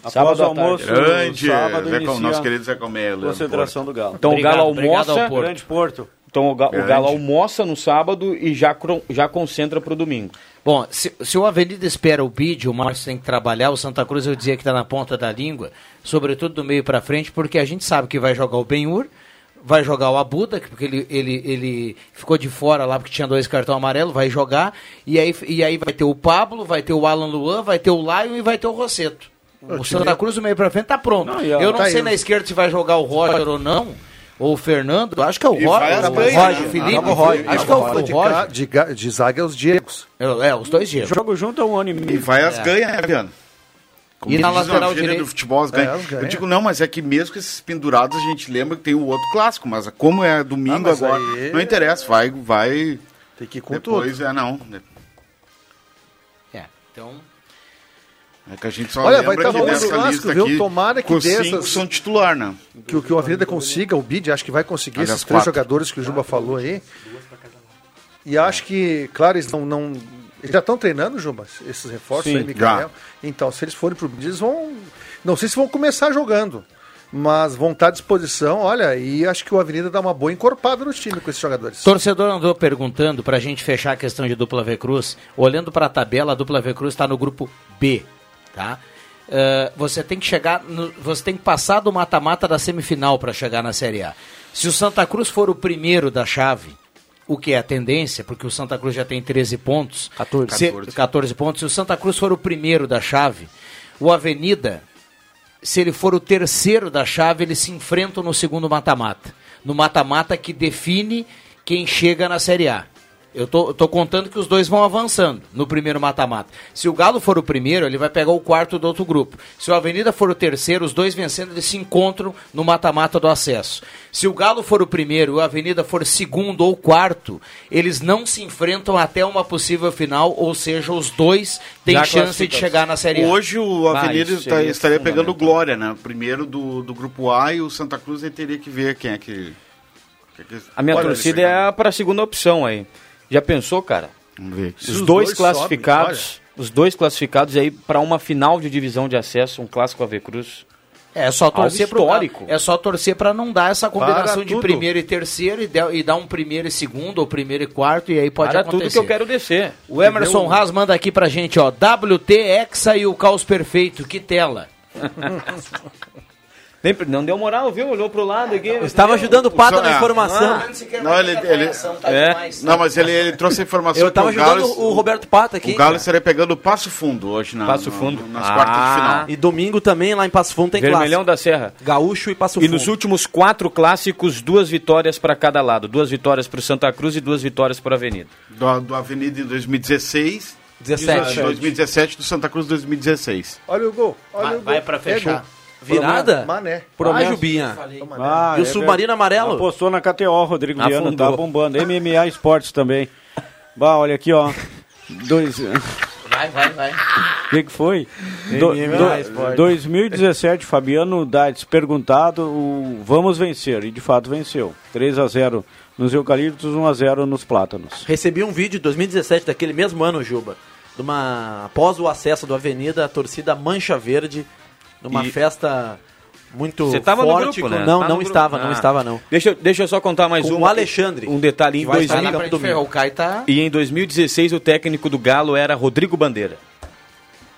D: Após
I: Sábado
D: o
I: à tarde.
D: almoço,
F: Grande,
D: sábado,
F: Zé, Com-
D: inicia
F: nosso querido Zé Colmeia,
D: a
F: Leandro
D: concentração do Galo.
I: Então
C: Obrigado,
I: o Galo
C: obrigado
I: almoça,
C: ao Porto.
D: Grande Porto.
I: então o, Ga- o
F: Grande.
I: Galo almoça no sábado e já, cro- já concentra pro domingo.
C: Bom, se, se o Avenida espera o bid, o Márcio tem que trabalhar, o Santa Cruz eu dizia que está na ponta da língua, sobretudo do meio para frente, porque a gente sabe que vai jogar o Benhur, vai jogar o Abuda, que- porque ele, ele, ele ficou de fora lá porque tinha dois cartão amarelo, vai jogar, e aí, e aí vai ter o Pablo, vai ter o Alan Luan, vai ter o Laio e vai ter o Rosseto. O Santa Cruz, do meio pra frente, tá pronto.
H: Não, e ó,
C: eu não
H: tá
C: sei
H: aí.
C: na esquerda se vai jogar o Roger ou não. Ou o Fernando. Acho que é o
H: E vai
C: Roger.
H: as
C: O
H: três,
C: Roger,
H: né?
C: o Felipe.
H: Joga o Roger.
C: Acho que é o, o
H: de
C: Roger.
H: ca- De, ga- de zaga é os Diegos.
C: É, os dois Diegos.
D: Jogo junto há um ano e meio.
F: E vai as
H: É.
F: ganhas, né, Viana? Como
C: E na
F: diz uma
C: lateral
F: gíria
C: direita?
F: do futebol, as
C: É,
F: ganhas.
C: as ganhas.
F: Eu digo não, mas é que mesmo com esses pendurados a gente lembra que tem o outro clássico, mas como é
H: Ah,
F: domingo
H: mas
F: agora,
H: aí-
F: não interessa, vai, vai.
H: Tem que ir com
F: depois,
H: tudo.
F: é não.
C: É, então.
F: É que a gente só
H: Olha,
F: lembra
H: vai estar
F: que
H: bom
F: dessa
H: esse clássico,
F: lista
H: viu?
F: aqui,
H: Tomara que
F: com
H: dê
F: cinco
H: essas-
F: são titular, né?
H: Que, o- que o Avenida consiga, o Bid, acho que vai conseguir
F: Aliás,
H: esses três
F: quatro.
H: jogadores que o Juba falou aí.
C: um.
H: E acho que, claro, eles não. não- eles já estão treinando, Juba, esses reforços
F: Sim,
H: aí, Miguel.
F: já.
H: Então, se eles forem pro Bid, eles vão. Não sei se vão começar jogando. Mas vão estar à disposição, olha, e acho que o Avenida dá uma boa encorpada no time com esses jogadores.
C: Torcedor andou perguntando pra gente fechar a questão de dupla V Cruz. Olhando pra tabela, a dupla V Cruz está no grupo B, tá? Eh, você tem que chegar, no- você tem que passar do mata-mata da semifinal pra chegar na Série A. Se o Santa Cruz for o primeiro da chave, o que é a tendência, porque o Santa Cruz já tem 13 pontos. 14.
L: 14.
C: 14 pontos. Se o Santa Cruz for o primeiro da chave, o Avenida se ele for o terceiro da chave, eles se enfrentam no segundo mata-mata. No mata-mata que define quem chega na Série A. Eu tô, eu tô contando que os dois vão avançando no primeiro mata-mata. Se o Galo for o primeiro, ele vai pegar o quarto do outro grupo. Se o Avenida for o terceiro, os dois vencendo, eles se encontram no mata-mata do acesso. Se o Galo for o primeiro e o Avenida for segundo ou quarto, eles não se enfrentam até uma possível final, ou seja, os dois têm
F: Já
C: chance de
F: classificados.
C: chegar na Série A.
F: Hoje o
C: Bah,
F: Avenida
C: isso
F: tá-
C: seria
F: estaria
C: fundamental.
F: pegando o Glória, né? Primeiro do, do grupo A e o Santa Cruz ele teria que ver quem é que. quem é que-
I: A minha
F: Olha,
I: torcida
F: ele-
I: é a pra segunda opção aí. Já pensou, cara?
F: Vamos ver.
I: Os,
F: Se os
I: dois,
F: dois
I: classificados,
F: sobem,
I: os dois classificados aí pra uma final de divisão de acesso, um clássico AV Cruz.
C: É só
I: Algo
C: torcer pro-
I: histórico.
C: É só torcer para não dar essa combinação
I: Para
C: de
I: tudo.
C: primeiro e terceiro e, der- e dar um primeiro e segundo ou primeiro e quarto e aí pode
I: Para
C: acontecer.
I: tudo que eu quero descer.
C: O Emerson
I: Entendeu?
C: Haas manda aqui pra gente, ó, WT Hexa e o Caos Perfeito, que tela.
I: Nem- Não deu moral, viu? Olhou pro lado aqui.
G: estava ajudando o Pata
I: Só-
G: na
I: ah.
G: informação.
I: Ah.
F: Não, ele, ele-
I: É.
F: não, mas ele, ele trouxe a informação
G: Eu tava
F: que o Galo-
G: ajudando o Roberto Pata aqui,
F: O Galo é
G: cara.
F: estaria pegando o Passo Fundo hoje na,
G: Passo
F: no-
G: Fundo. Ah.
F: nas quartas de final.
G: E domingo também, lá em Passo Fundo, tem
I: Vermelhão da Serra.
G: Gaúcho e Passo
I: E nos últimos quatro clássicos, duas vitórias para cada lado. Duas vitórias para Santa Cruz e duas vitórias para Avenida.
F: Do, do Avenida em 2016.
G: 17.
F: 2017 do Santa Cruz 2016.
H: Olha o gol, olha o gol.
C: vai pra fechar.
H: É gol.
G: Virada?
H: Mané.
G: Ah, Jubinha.
D: Ah,
G: e o
D: é
G: Submarino
D: verdade.
G: Amarelo?
D: Apostou na KTO, Rodrigo Viano,
G: Afundou.
D: tá bombando. MMA Esportes também. Bah, olha aqui, ó. Dois... O
C: Vai, vai, vai.
D: que, que foi?
C: MMA Esportes.
D: 2017, Fabiano Dades perguntado, o vamos vencer, e de fato venceu. 3 a 0 nos eucaliptos, 1 a 0 nos plátanos.
G: Recebi um vídeo de 2017, daquele mesmo ano, Juba. De uma, após o acesso do Avenida, a torcida Mancha Verde, numa
I: E-
G: festa muito
I: Você estava no
G: forte.
I: grupo,
G: com-
I: né?
G: Não,
I: Tava
G: não
I: no
G: estava,
I: grupo.
G: não
I: Ah.
G: estava, não.
I: Deixa, eu- deixa eu só contar mais
G: Com
I: um.
G: o Alexandre,
I: Um detalhe. Em
G: que vai estar na
I: 2000
G: frente do Ferro.
C: O Kai tá...
I: E em 2016, o técnico do Galo era Rodrigo Bandeira.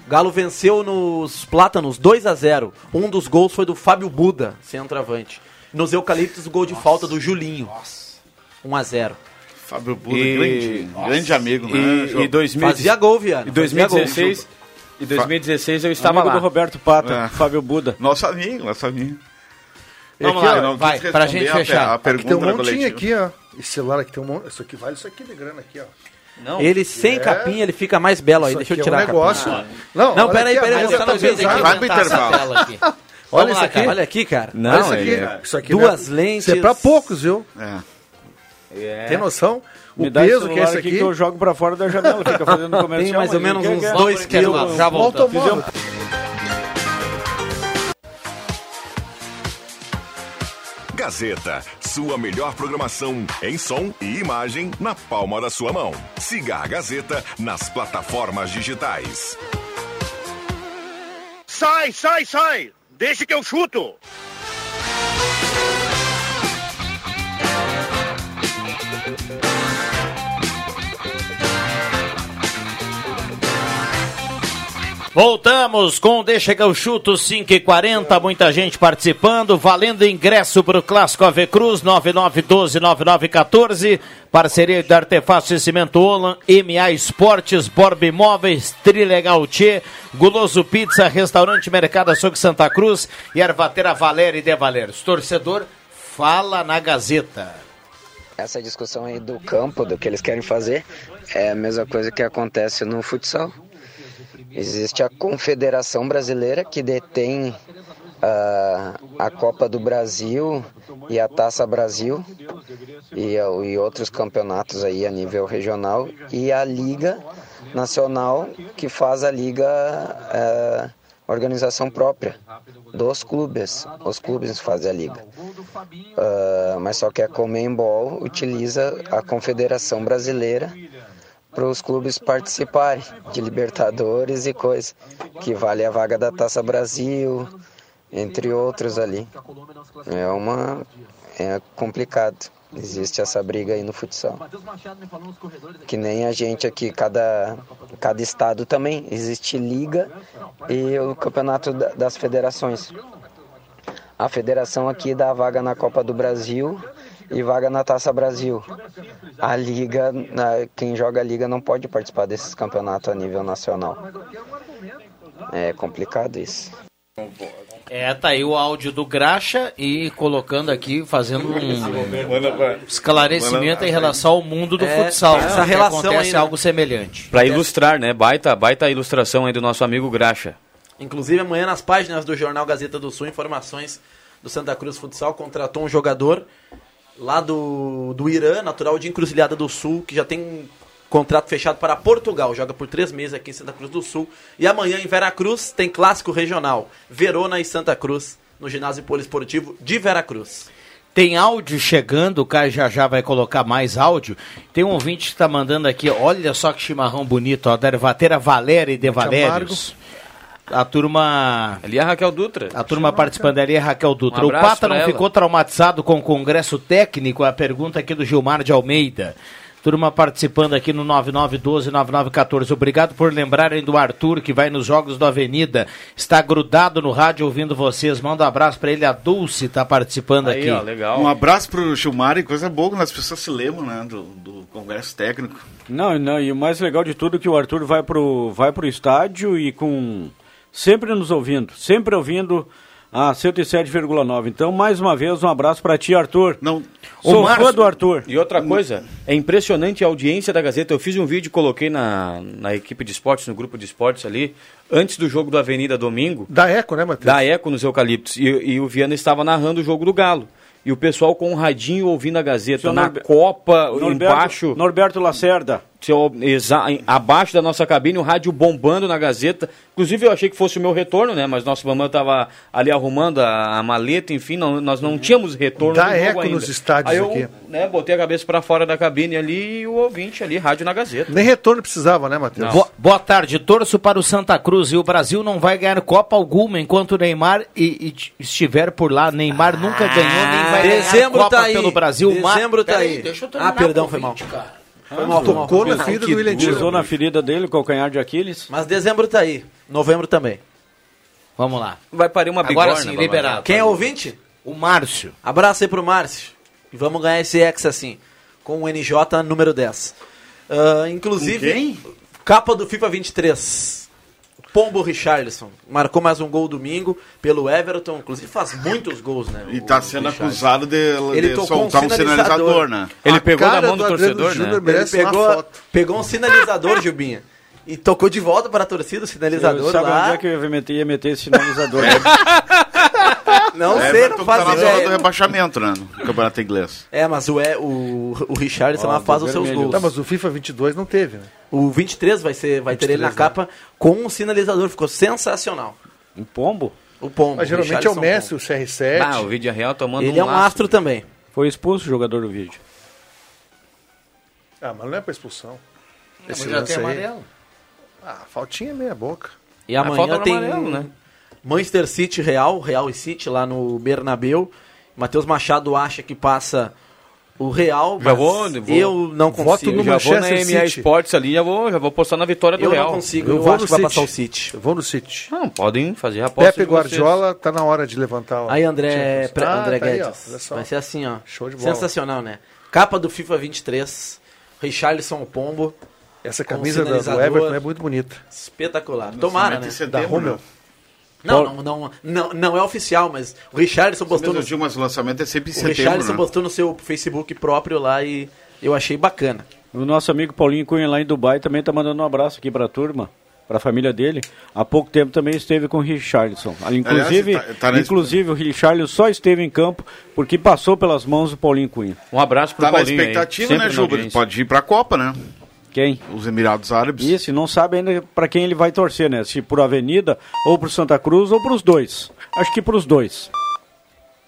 G: Galo venceu nos Plátanos 2 a 0 Um dos gols foi do Fábio Buda, centroavante. Nos Eucaliptos, o gol de falta do Julinho. 1 a 0
F: Fábio Buda, grande, grande amigo, né?
I: E,
F: João?
I: e 2000,
G: Fazia gol, Viana.
I: Em
G: Fazia gol.
I: 2016, em 2016 eu estava
D: Amigo
I: lá.
D: do Roberto Pata,
F: É.
D: Fábio Buda.
F: Nosso amigo, nosso amigo.
C: Vamos
F: Aqui,
C: lá,
F: ó, não
C: vai,
F: quis
C: pra
F: responder
C: gente
F: a pe-
C: fechar.
F: a pergunta
H: Aqui tem um
F: da
H: montinho
F: coletiva.
H: aqui, ó. Esse celular aqui tem um monte. Isso aqui vale isso aqui de grana aqui, ó.
I: Não.
G: Ele sem
H: É.
G: capinha, ele fica mais belo aí.
H: Isso
G: Deixa eu
H: aqui é
G: tirar
H: um
G: a
H: negócio.
C: Ah.
G: capinha.
H: Não,
G: não
H: olha
G: peraí,
H: aqui,
G: peraí.
H: ó, tá
G: eu
H: essa
G: quero ver
H: mesa
G: isso aqui.
F: Vai pro intervalo.
H: Olha
G: Olha
H: isso
G: lá,
H: aqui.
G: cara. Olha aqui, cara.
I: Não,
H: Olha isso aqui.
I: é-
H: Isso aqui
G: Duas
H: deve-
G: lentes.
H: Isso é pra poucos, viu?
F: É.
H: Tem noção? O
D: Me dá esse
H: peso que é
D: celular
H: esse
D: aqui,
H: aqui.
D: que eu jogo pra fora da janela, fica fazendo comercial.
G: Tem mais ou
D: mas
G: menos
D: quem
G: uns
D: quer?
G: dois quilos.
C: Já
H: Um
C: volta.
H: automóvel.
A: Gazeta, sua melhor programação em som e imagem na palma da sua mão. Siga a Gazeta nas plataformas digitais.
M: Sai, sai, sai! Deixa que eu chuto!
C: Voltamos com o Deixa que eu chuto 5 e 40 muita gente participando, valendo ingresso para o Clássico AV Cruz 99129914, parceria da Artefatos e Cimento Olan, MA Esportes, Borb Imóveis, Trilegal T, Guloso Pizza, Restaurante Mercado Açougue Santa Cruz e Ervatera Valéria e De Valérios. Torcedor, fala na Gazeta
L: essa discussão aí do campo, do que eles querem fazer, é a mesma coisa que acontece no futsal. Existe a Confederação Brasileira que detém uh, a Copa do Brasil e a Taça Brasil e, e outros campeonatos aí a nível regional e a Liga Nacional que faz a Liga. Uh, organização própria dos clubes. Os clubes fazem a liga. Uh, mas só que a Comembol utiliza a Confederação Brasileira para os clubes participarem de Libertadores e coisa, que vale a vaga da Taça Brasil, entre outros ali. É uma é complicado. Existe essa briga aí no futsal. Que nem a gente aqui, cada, cada estado também. Existe liga e o campeonato da- das federações. A federação aqui dá vaga na Copa do Brasil e vaga na Taça Brasil. A liga, na- quem joga a liga não pode participar desses campeonatos a nível nacional. É complicado isso.
C: É, tá aí o áudio do Graxa e colocando aqui, fazendo um esclarecimento em relação ao mundo do
G: É,
C: futsal.
G: essa
C: que
G: relação
C: acontece
G: aí, né?
C: algo semelhante.
I: Pra ilustrar, né? Baita, baita ilustração aí do nosso amigo Graxa.
G: Inclusive, amanhã nas páginas do jornal Gazeta do Sul, informações do Santa Cruz Futsal contratou um jogador lá do, do Irã, natural de Encruzilhada do Sul, que já tem um contrato fechado para Portugal. Joga por três meses aqui em Santa Cruz do Sul. E amanhã em Veracruz tem clássico regional. Verona e Santa Cruz, no ginásio poliesportivo de Veracruz.
C: Tem áudio chegando, o Caio já já vai colocar mais áudio. Tem um ouvinte que está mandando aqui, olha só que chimarrão bonito, ó, da ervateira Valéria e de Valérios. A turma.
I: Ali é a Raquel Dutra.
D: Tá
C: A turma participando ali é a Raquel Dutra.
I: Um
C: o
I: abraço
C: Pata
I: pra
C: não
I: ela.
C: ficou traumatizado com o Congresso Técnico? É a pergunta aqui do Gilmar de Almeida. Turma participando aqui no 9912-9914. Obrigado por lembrarem do Arthur, que vai nos Jogos do Avenida. Está grudado no rádio ouvindo vocês. Manda um abraço para ele. A Dulce está participando
I: Aí,
C: aqui.
I: ó, legal.
F: Um abraço pro Gilmar e coisa boa, que as pessoas se lembram, né, do, do Congresso Técnico.
D: Não, não, e o mais legal de tudo é que o Arthur vai pro, vai pro estádio e com sempre nos ouvindo, sempre ouvindo a 107,9. Então, mais uma vez, um abraço para ti, Arthur.
F: Não,
D: Sou fã do Arthur.
I: E outra coisa, é impressionante a audiência da Gazeta. Eu fiz um vídeo, coloquei na, na equipe de esportes, no grupo de esportes ali, antes do jogo do Avenida domingo.
H: Da Eco, né, Matheus?
I: Da Eco nos Eucaliptos. E, e o Viana estava narrando o jogo do Galo. E o pessoal com o radinho ouvindo a Gazeta.
D: Seu
I: na
D: Norbe-
I: Copa,
D: Norberto-
I: embaixo.
D: Norberto Lacerda.
I: Seu, exa- em- abaixo da nossa cabine, o rádio bombando na Gazeta. Inclusive, eu achei que fosse o meu retorno, né? Mas nossa mamãe estava ali arrumando a, a maleta, enfim, não- nós não tínhamos retorno.
H: Dá
I: do jogo
H: eco
I: ainda.
H: nos estádios
I: Aí eu,
H: aqui.
I: né, botei a cabeça para fora da cabine ali e o ouvinte ali, rádio na Gazeta.
H: Nem retorno precisava, né, Matheus?
C: Boa, boa tarde, torço para o Santa Cruz e o Brasil não vai ganhar Copa alguma enquanto o Neymar e, e t- estiver por lá. Neymar nunca ganhou, nem vai ganhar
G: Ah, Dezembro
C: Ah, é Copa
G: tá aí.
C: pelo Brasil. Ma-
G: Dezembro tá
C: Peraí,
G: aí.
C: deixa eu
G: Ah,
C: terminar
G: perdão,
C: com
G: foi
C: o
G: mal.
C: ouvinte, cara.
G: Foi mal, foi mal.
H: Tocou na ferida do William Tio.
D: Pisou na ferida dele, calcanhar de Aquiles.
G: Mas dezembro tá aí. Novembro também.
C: Vamos lá.
I: Vai parir uma bigorna.
C: Agora sim,
I: babado.
C: liberado.
G: Quem é ouvinte?
C: O Márcio.
G: Abraço aí pro Márcio. E vamos ganhar esse X assim, com o NJ número 10. Ah, inclusive,
F: Com quem?
G: capa do FIFA 23. Pombo Richarlison. Marcou mais um gol domingo pelo Everton. Inclusive faz muitos gols, né?
F: E
G: o-
F: tá
G: o
F: sendo
G: Richarlison.
F: acusado de,
G: Ele
F: de
G: tocou um
F: soltar um
G: sinalizador.
F: sinalizador, né?
I: Ele
H: A
I: pegou
H: cara
I: na mão do,
H: do Adriano
I: torcedor, né?
H: Júnior merece
G: Ele
H: uma
G: pegou,
H: foto.
G: pegou um sinalizador, Gilbinha. E tocou de volta para a torcida o sinalizador
D: Sabe
G: lá.
D: onde é que eu ia meter, ia meter esse sinalizador?
G: Não
F: É,
G: sei,
F: mas
G: não
F: tu
G: faz
F: tá na zona do
G: ideia.
F: rebaixamento, né? No Campeonato Inglês.
G: É, mas o, é, o, o Richarlison lá faz os seus gols.
H: Tá, mas o FIFA 22 não teve, né?
G: O 23 vai, ser, vai ter ele na
H: 23, né?
G: capa com um sinalizador. Ficou sensacional.
D: um pombo?
G: O Pombo.
H: Mas geralmente é o
G: Richarlison
H: Messi, o CR7.
I: Ah, o vídeo real
G: Pombo.
I: tomando
G: Ele é um astro também.
D: Foi expulso o jogador do vídeo.
H: Ah, mas não é pra expulsão. Esse
C: Ah, já
H: lance
C: tem
H: aí-
C: amarelo.
H: Ah, faltinha é meia boca.
G: E
I: Ah,
G: amanhã
I: falta no
G: tem
I: amarelo, né?
G: Manchester City Real, Real e City lá no Bernabeu. Matheus Machado acha que passa o Real,
I: Já
G: mas
I: vou, né? vou-
G: eu não consigo.
I: já vou na MA Sports ali, já vou, já vou postar na vitória do
G: Eu não
I: Real.
G: consigo, Eu eu vou acho no que vai City. passar o City.
H: Eu vou no City.
I: Não, podem fazer a aposta
H: Pepe
I: de vocês.
H: Guardiola, tá na hora de levantar. o-
G: Aí, André,
H: Champions.
G: pra-
H: Tá,
G: André
H: tá aí, ó, olha
G: Guedes.
H: só.
G: vai ser assim, Ah, ó. Show
H: de bola.
G: Sensacional, né? Capa do FIFA 23, Richarlison o Pombo.
H: Essa
G: com
H: camisa da- do
G: sinalizador.
H: Everton é muito bonita.
G: Espetacular.
H: Lançamento
G: Tomara,
H: em
G: né?
H: setembro, Da Rommel. né?
G: Não, não, não, não, não é oficial, mas o Richarlison postou no,
F: Mesmo dia, mas o lançamento é sempre em
G: o
F: setembro.
G: Richarlison
F: né?
G: postou no seu Facebook próprio lá e eu achei bacana.
D: O nosso amigo Paulinho Cunha lá em Dubai também tá mandando um abraço aqui pra turma, pra família dele. Há pouco tempo também esteve com o Richarlison. Ali,
F: Aliás,
D: Inclusive,
F: tá- tá na-
D: inclusive o Richarlison só esteve em campo porque passou pelas mãos do Paulinho Cunha.
I: Um abraço pro
F: Tá na
I: Paulinho. aí,
F: expectativa,
I: sempre
F: né,
I: na
F: Juba? Ele
I: audiência.
F: pode ir pra Copa, né?
D: Quem?
F: Os Emirados Árabes.
D: Isso, e não sabe ainda pra quem ele vai torcer, né? Se pro Avenida, ou pro Santa Cruz, ou pros dois. Acho que pros dois.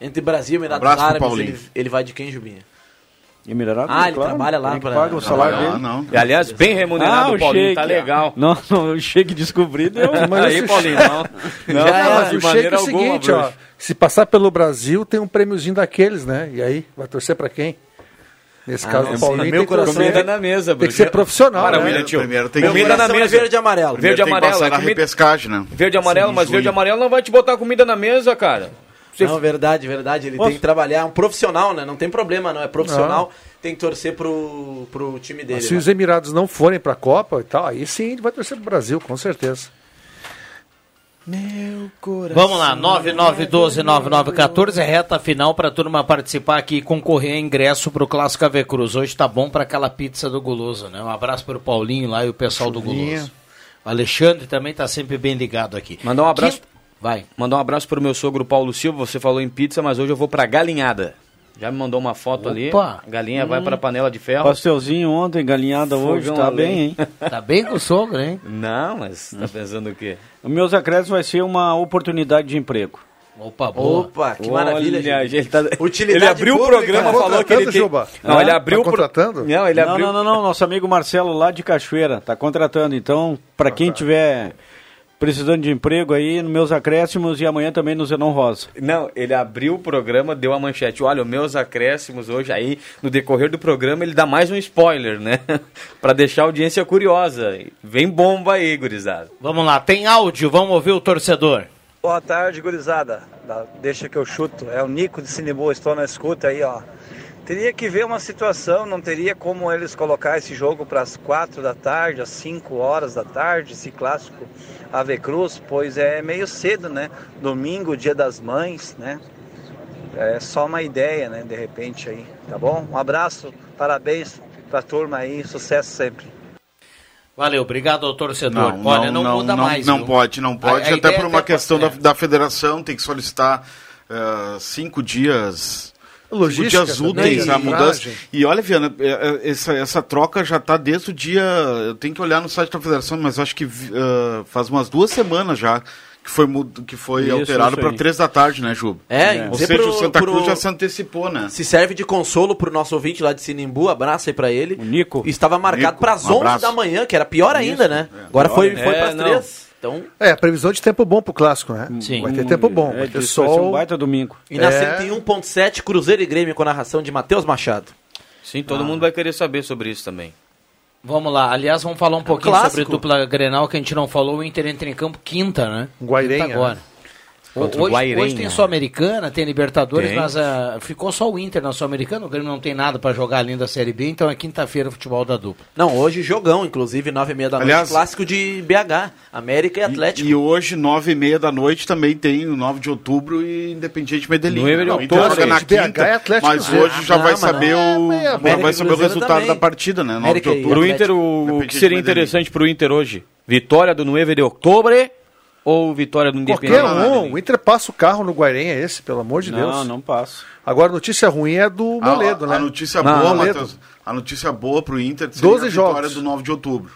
G: Entre Brasil e Emirados
D: Abraço pro
G: Árabes,
D: Paulinho.
G: ele, ele vai de quem, Jubinha?
D: Emirado,
G: Ah, ele trabalha lá pra-
D: Paga o salário
G: Ah,
D: dele.
G: não.
I: E, aliás, bem remunerado
D: Ah,
I: o Paulinho,
D: Sheik,
I: tá
D: ah.
I: legal.
D: Não, não, o Sheik um descobrido eu...
I: Mas Aí, esse- Paulinho, não.
H: Já
I: Não, não,
H: era.
I: de
H: o Sheik
I: maneira
H: é o
I: alguma,
H: seguinte,
I: bruxo.
H: ó. Se passar pelo Brasil, tem um prêmiozinho daqueles, né? E aí, vai torcer pra quem? Nesse
G: Ah,
H: caso,
G: não
H: o
G: sei.
H: Paulinho
G: Meu
H: tem que
G: coração
H: torcer.
G: tá na mesa,
H: Tem que
G: Bruno.
H: ser profissional,
I: Para,
H: né?
I: William, tio.
F: Primeiro tem que-
I: Comida na
F: Primeiro
I: mesa.
G: verde e amarelo.
I: Verde e
F: tem que
I: amarelo.
F: passar na
I: é comida-
F: repescagem, né?
I: Verde e amarelo, mas verde e amarelo não vai te botar comida na mesa, cara.
G: Não, verdade, verdade. Ele tem que trabalhar. É um profissional, né? Não tem problema, não. É profissional.
I: Ah.
G: Tem que torcer pro, pro time dele.
H: Se
G: né?
H: os Emirados não forem pra Copa e tal, aí sim ele vai torcer pro Brasil, com certeza.
C: Vamos lá, 9912-9914, é reta final para a turma participar aqui e concorrer a ingresso para o Clássico AV Cruz. Hoje tá bom para aquela pizza do Guloso, né? Um abraço para o Paulinho lá e o pessoal do
I: Chuvinha.
C: Guloso. O Alexandre também tá sempre bem ligado aqui.
I: Mandar um abraço.
C: Vai.
I: Mandar um abraço pro meu sogro Paulo Silva. Você falou em pizza, mas hoje eu vou pra galinhada. Já me mandou uma foto ali.
D: Opa.
I: Galinha vai
D: Hum.
I: pra panela de ferro.
D: Pastelzinho ontem, galinhada hoje,
I: Fogão
D: tá
I: a lenha.
D: bem, hein?
C: Tá bem com o sogro, hein?
I: Não, mas tá pensando o quê?
D: O meus acréscimos vai ser uma oportunidade de emprego.
C: Opa,
I: boa.
G: Opa, que
I: Olha,
G: maravilha.
I: gente, ele, tá-
G: Utilidade
I: ele abriu o
G: pública. Tá
I: programa, falou que ele
G: contratando,
I: tem...
G: Juba?
I: Não, ele
D: Hã?
I: abriu
D: Tá
I: o pro-
D: contratando?
I: Não, ele
D: não,
I: abriu...
D: não, não, não, nosso amigo Marcelo lá de Cachoeira tá contratando. Então, para
I: Ah,
D: quem
I: tá.
D: tiver precisando de emprego aí, nos meus acréscimos e amanhã também no Zenon Rosa.
I: Não, ele abriu o programa, deu a manchete. Olha, os meus acréscimos hoje aí, no decorrer do programa, ele dá mais um spoiler, né? Pra deixar a audiência curiosa. Vem bomba aí, gurizada.
C: Vamos lá, tem áudio, vamos ouvir o torcedor.
N: Boa tarde, gurizada. Da- Deixa que eu chuto. É o Nico de Cineboa, estou na escuta aí, ó. Teria que ver uma situação, não teria como eles colocar esse jogo para as quatro da tarde, às 5 horas da tarde, esse clássico Ave Cruz, pois é meio cedo, né? Domingo, dia das mães, né? É só uma ideia, né? De repente aí, tá bom? Um abraço, parabéns pra turma aí, sucesso sempre.
C: Valeu, obrigado ao torcedor.
F: Não,
C: Olha, não, muda
F: não,
C: mais.
F: Não
C: viu?
F: pode, não pode.
C: A- a
F: até
C: ideia
F: por uma
C: até
F: questão da,
C: pode-
F: da federação, tem que solicitar eh, cinco dias.
H: Logística
F: cinco dias
H: também,
F: úteis
H: né?
F: a mudança.
H: Arbitragem.
F: E olha, Viana, eh, eh, essa, essa troca já está desde o dia. Eu tenho que olhar no site da federação, mas acho que vi- eh, faz umas duas semanas já que foi, mud- que foi
G: Isso,
F: alterado
G: isso
F: para
G: aí.
F: três da tarde, né, Juba?
G: É,
F: Ou
G: dizer
F: seja,
G: pro-
F: o Santa
G: pro-
F: Cruz já se antecipou, né?
G: Se serve de consolo pro nosso ouvinte lá de Sinimbu, abraço aí pra ele. O
D: Nico.
G: Estava marcado
H: Nico,
G: para as
H: um
G: 11
H: abraço.
G: da manhã, que era pior ainda, né?
H: É.
G: Agora
H: Pior,
G: foi,
H: né?
G: foi
H: É,
G: para as
H: não.
G: 3. Então,
H: É, a previsão de tempo bom pro clássico, né?
G: Sim.
H: Vai ter tempo bom.
G: É,
H: vai ter
G: diz que vai ser
H: sol.
G: um
D: baita domingo.
G: e na
H: É.
G: 101.7, Cruzeiro e Grêmio com a narração de Matheus Machado.
I: Sim,
H: ah.
I: todo mundo vai querer saber sobre isso também.
C: Vamos lá, aliás, vamos falar um pouquinho
I: clássico.
C: sobre dupla Grenal que a gente não falou. O Inter entra em campo quinta, né?
H: Guairenha.
C: Quinta agora.
H: Contra o
C: hoje,
H: Guairenha.
C: hoje tem Sul-Americana, tem Libertadores,
H: Tem.
C: mas ah, ficou só o Inter na Sul-Americana. O Grêmio não tem nada pra jogar além da Série B, então é quinta-feira o futebol da dupla.
G: Não, hoje jogão, inclusive, 9h30 da noite,
F: Aliás-
G: clássico de BH, América e Atlético.
F: E hoje, nove e meia da noite, também tem o 9 de outubro e Independiente Medellín.
I: No Emerald
F: Não, então
I: Torres.
F: joga na
I: BH é
F: quinta,
I: Atlético
F: mas
I: Mineiro.
F: hoje já
I: Ah,
F: vai
I: mas
F: saber
I: não.
F: o,
I: É,
F: já
I: América
F: vai
I: e
F: saber o
I: Cruzeiro
F: resultado
I: também.
F: da partida, né? 9 de outubro.
I: Pro Inter, o, o que seria interessante pro Inter hoje? Vitória do Nueve de Outubro ou vitória do Independiente?
D: né?
H: Qualquer um, o Inter passa o carro no Guairenha esse, pelo amor de
F: Não,
H: Deus.
F: não
D: passa.
H: Agora, a notícia ruim é do
F: A-
H: Moledo,
F: a,
H: né?
F: A notícia
H: Não,
F: boa,
H: Moledo.
F: Matheus. A notícia boa pro Inter seria
H: 12
F: a vitória
H: jogos.
F: do 9 de outubro.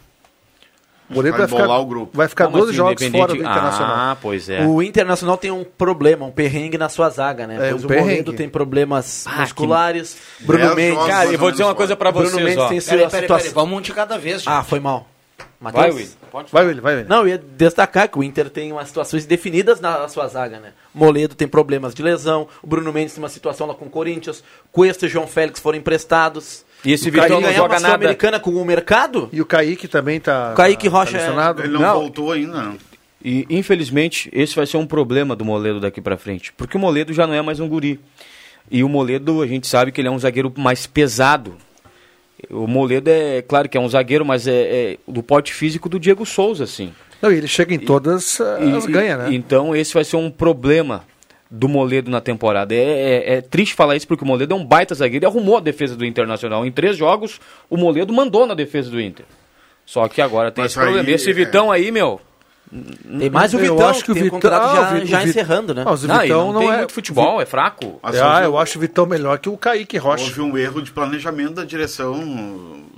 H: O Moledo vai,
F: Vai
H: ficar,
F: embolar o grupo.
H: vai ficar
F: Como
H: 12
F: assim,
H: jogos fora do
F: independente?
H: Internacional.
I: Ah, pois é.
G: O Internacional tem um problema, um perrengue na sua zaga, né?
I: É,
G: pois
I: um
G: o Morredo
I: perrengue.
G: tem problemas musculares. Bruno
I: Dez
G: Mendes.
I: jogos, Cara, eu vou mais ou dizer uma menos, coisa pra
G: Bruno
I: vocês,
G: Mendes
I: ó.
G: tem
I: Peraí,
G: sua
I: peraí,
G: situação.
I: peraí,
C: vamos um de cada vez.
G: Ah, foi mal. Matheus?
O: Vai, Willi. Pode
H: Vai, Willi, vai, Willi.
G: Não, eu ia destacar que o Inter tem umas situações definidas na sua zaga, né? Moledo tem problemas de lesão, o Bruno Mendes tem uma situação lá com o Corinthians, Cuesta e João Félix foram emprestados.
O: E esse
G: O cara
O: Vitão não
G: ganhar uma
O: joga nada.
G: Sul-Americana com o mercado?
H: E o Kaique também tá.
G: O Kaique Rocha
H: tá
G: é-
H: lesionado?
G: ele não Não.
F: voltou ainda, não.
I: E infelizmente esse vai ser um problema do Moledo daqui pra frente, porque o Moledo já não é mais um guri. E o Moledo, a gente sabe que ele é um zagueiro mais pesado. O Moledo é, claro que é um zagueiro, mas é, é do pote físico do Diego Souza, assim.
H: Não, e ele chega em todas as
I: E-
H: ganha, né?
I: e- Então esse vai ser um problema do Moledo na temporada. É, é- é triste falar isso porque o Moledo é um baita zagueiro e arrumou a defesa do Internacional. Em três jogos, o Moledo mandou na defesa do Inter. Só que agora tem
F: Mas
I: esse problema.
F: aí,
I: E esse
F: é.
I: Vitão aí, meu.
G: Tem mais o
H: Eu
G: Vitão,
H: acho que o
G: tem
H: Vitão-
G: um contrato
H: Ah,
G: já,
H: o Vit-
G: já
H: o Vit-
G: encerrando, né?
H: Ah, os- O
I: Não, e
H: Vitão
I: não,
H: não
I: tem
H: é-
I: muito futebol, é fraco.
F: Mas
H: Ah,
F: houve-
H: eu acho o Vitão melhor que o Kaique Rocha.
F: Houve um erro de planejamento da direção,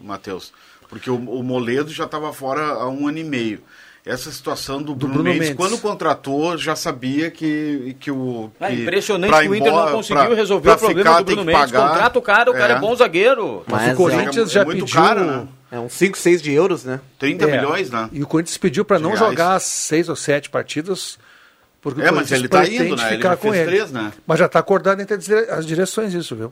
F: Matheus. Porque o, o Moledo já estava fora há um ano e meio. Essa situação do, Bruno,
H: Bruno
F: Mendes,
H: Mendes.
F: quando contratou, já sabia que, que o.
I: É
F: que
I: impressionante
F: pra
I: que o Inter
F: embora-
I: não conseguiu
F: pra-
I: resolver
F: pra
I: o problema
F: ficar,
I: do
F: tem
I: Bruno
F: que
I: Mendes.
F: pagar.
I: Contrata o cara, o cara é, bom zagueiro.
H: Mas
G: Mas
H: o Corinthians
F: é
H: já
F: muito
H: pediu.
F: caro,
I: um-
F: né?
G: É uns 5, 6 de euros, né?
F: 30
H: É.
F: milhões, né?
H: E o Corinthians pediu para não
F: reais.
H: jogar as seis ou sete partidas. Porque o
F: É, mas
H: Corinthians
F: ele tá
H: pretende
F: indo, né? Ele
H: ficar
F: já
H: com
F: fez
H: ele.
F: três, né?
H: Mas já está acordado entre as dire- as direções isso, viu?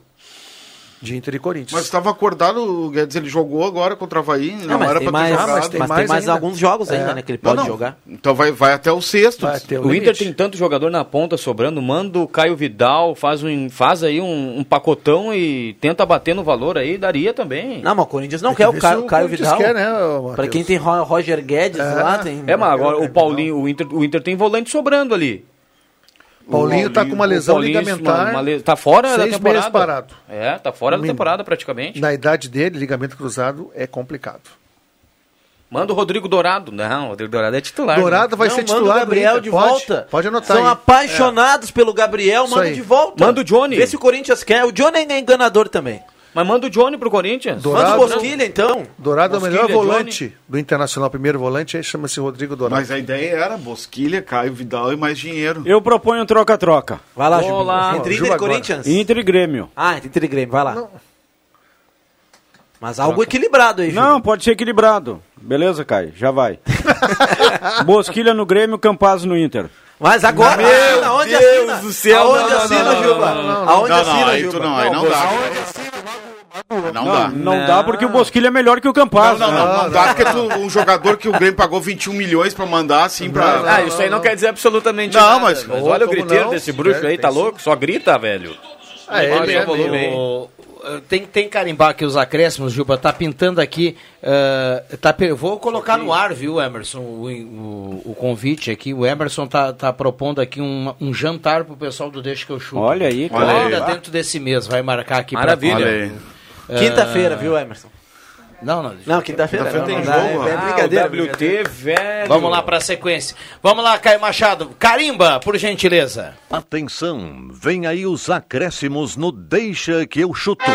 H: De Inter e Corinthians.
F: Mas tá- estava acordado, o Guedes ele jogou agora contra o Havaí,
I: Ah,
F: não
G: mas,
F: era
G: tem
F: para
G: mais,
F: ter
G: mas,
F: jogado.
G: tem
H: Tem
G: mais,
H: mais ainda.
G: alguns jogos ainda,
H: É.
G: né? Que ele
F: Não,
G: pode
F: não.
I: tá.
G: jogar.
F: Então vai, vai até o sexto.
H: Vai ter
I: O Inter
H: limite.
I: tem tanto jogador na ponta sobrando, manda o Caio Vidal, faz, um, faz aí um, um pacotão e tenta bater no valor aí, daria também.
G: Não, mas o Corinthians não
H: Tem que
G: quer o
H: ver
G: Caio,
H: se o
G: Caio
H: Corinthians
G: Vidal.
H: quer, né, ô, Matheus?
G: pra quem tem Ro- Roger Guedes lá, tem.
I: É, mas agora
H: Caio
I: o
H: Vidal.
I: Paulinho, o Inter, o Inter tem volante sobrando ali.
H: Paulinho está com uma
I: O
H: lesão
I: Paulinho,
H: ligamentar.
I: uma- uma le- tá fora da
H: seis
I: temporada.
H: meses parado.
I: É, tá fora da
H: Mínimo.
I: temporada praticamente.
H: Na idade dele, ligamento cruzado é complicado.
I: Manda o Rodrigo Dourado. Não, o Rodrigo Dourado é titular.
H: Dourado vai
G: Não,
H: ser
G: manda
H: titular
G: o Gabriel
H: do Inter.
G: de
H: pode,
G: volta.
H: Pode anotar
G: São
H: aí. É.
G: apaixonados pelo Gabriel,
H: Isso
G: manda
H: aí.
G: de volta.
I: Manda o Johnny.
G: Vê se o Corinthians quer. O Johnny ainda é enganador também.
I: Mas manda o Johnny pro Corinthians.
H: Do-
G: Manda o
H: Dourado,
G: Bosquilha, então.
H: Dourado é o melhor
I: Bosquilha,
H: volante do Internacional, primeiro volante, aí chama-se Rodrigo Dourado.
F: Mas a ideia era Bosquilha, Caio Vidal e mais dinheiro.
D: Eu proponho um troca-troca.
G: Vai lá,
I: Olá.
G: Juninho. Entre
H: Juba
G: Inter e
H: agora.
G: Corinthians?
D: Inter e Grêmio.
G: Ah, entre Inter e Grêmio, vai lá. Mas algo equilibrado aí, Juba.
D: Não, pode ser equilibrado. Beleza, Caio? Já vai. Bosquilha no Grêmio, Campaz no Inter.
G: Mas agora,
O: Meu
G: assina, aonde
O: Deus
G: assina?
O: do céu,
G: Aonde
O: não, não,
G: assina,
O: não, não,
G: Juba?
O: não,
G: Aonde
F: Não, não,
G: assina,
F: aí tu
G: Juba?
F: não, aí não dá. Ah, Não dá.
D: Não, dá porque o Bosquilha é melhor que o Campaz.
F: Não, não, não, não dá porque tu, um jogador que o Grêmio pagou 21 milhões pra mandar assim pra.
I: Ah, isso aí não quer dizer absolutamente
F: Não,
I: nada.
F: mas-
I: mas olha o
H: Como
I: griteiro
H: não?
I: desse bruxo
H: É,
I: aí,
H: tem
I: tá
H: sim.
I: louco? Só grita, velho.
H: Ah, ele
I: Olha
H: é
I: o volume aí.
C: O- eh, Tem, tem que carimbar aqui os acréscimos, Juba. Tá pintando aqui. ah, tá, pe- vou colocar no ar, viu, Emerson, o, o- o convite aqui. O Emerson tá, tá propondo aqui um, um jantar pro pessoal do Deixa que eu chuto.
D: Olha aí,
F: Olha aí.
C: Ainda dentro desse mês, vai marcar aqui pra-
I: Maravilha.
F: Olha aí.
G: Quinta-feira, viu, Emerson?
C: Não, não.
G: Não, quinta-feira não,
F: tem
G: não dá,
F: jogo,
G: é, é
F: ah,
G: brincadeira.
I: o WT, velho.
C: Vamos lá pra sequência. Vamos lá, Caio Machado. Carimba, por gentileza.
K: Atenção, vem aí os acréscimos no Deixa que eu chuto.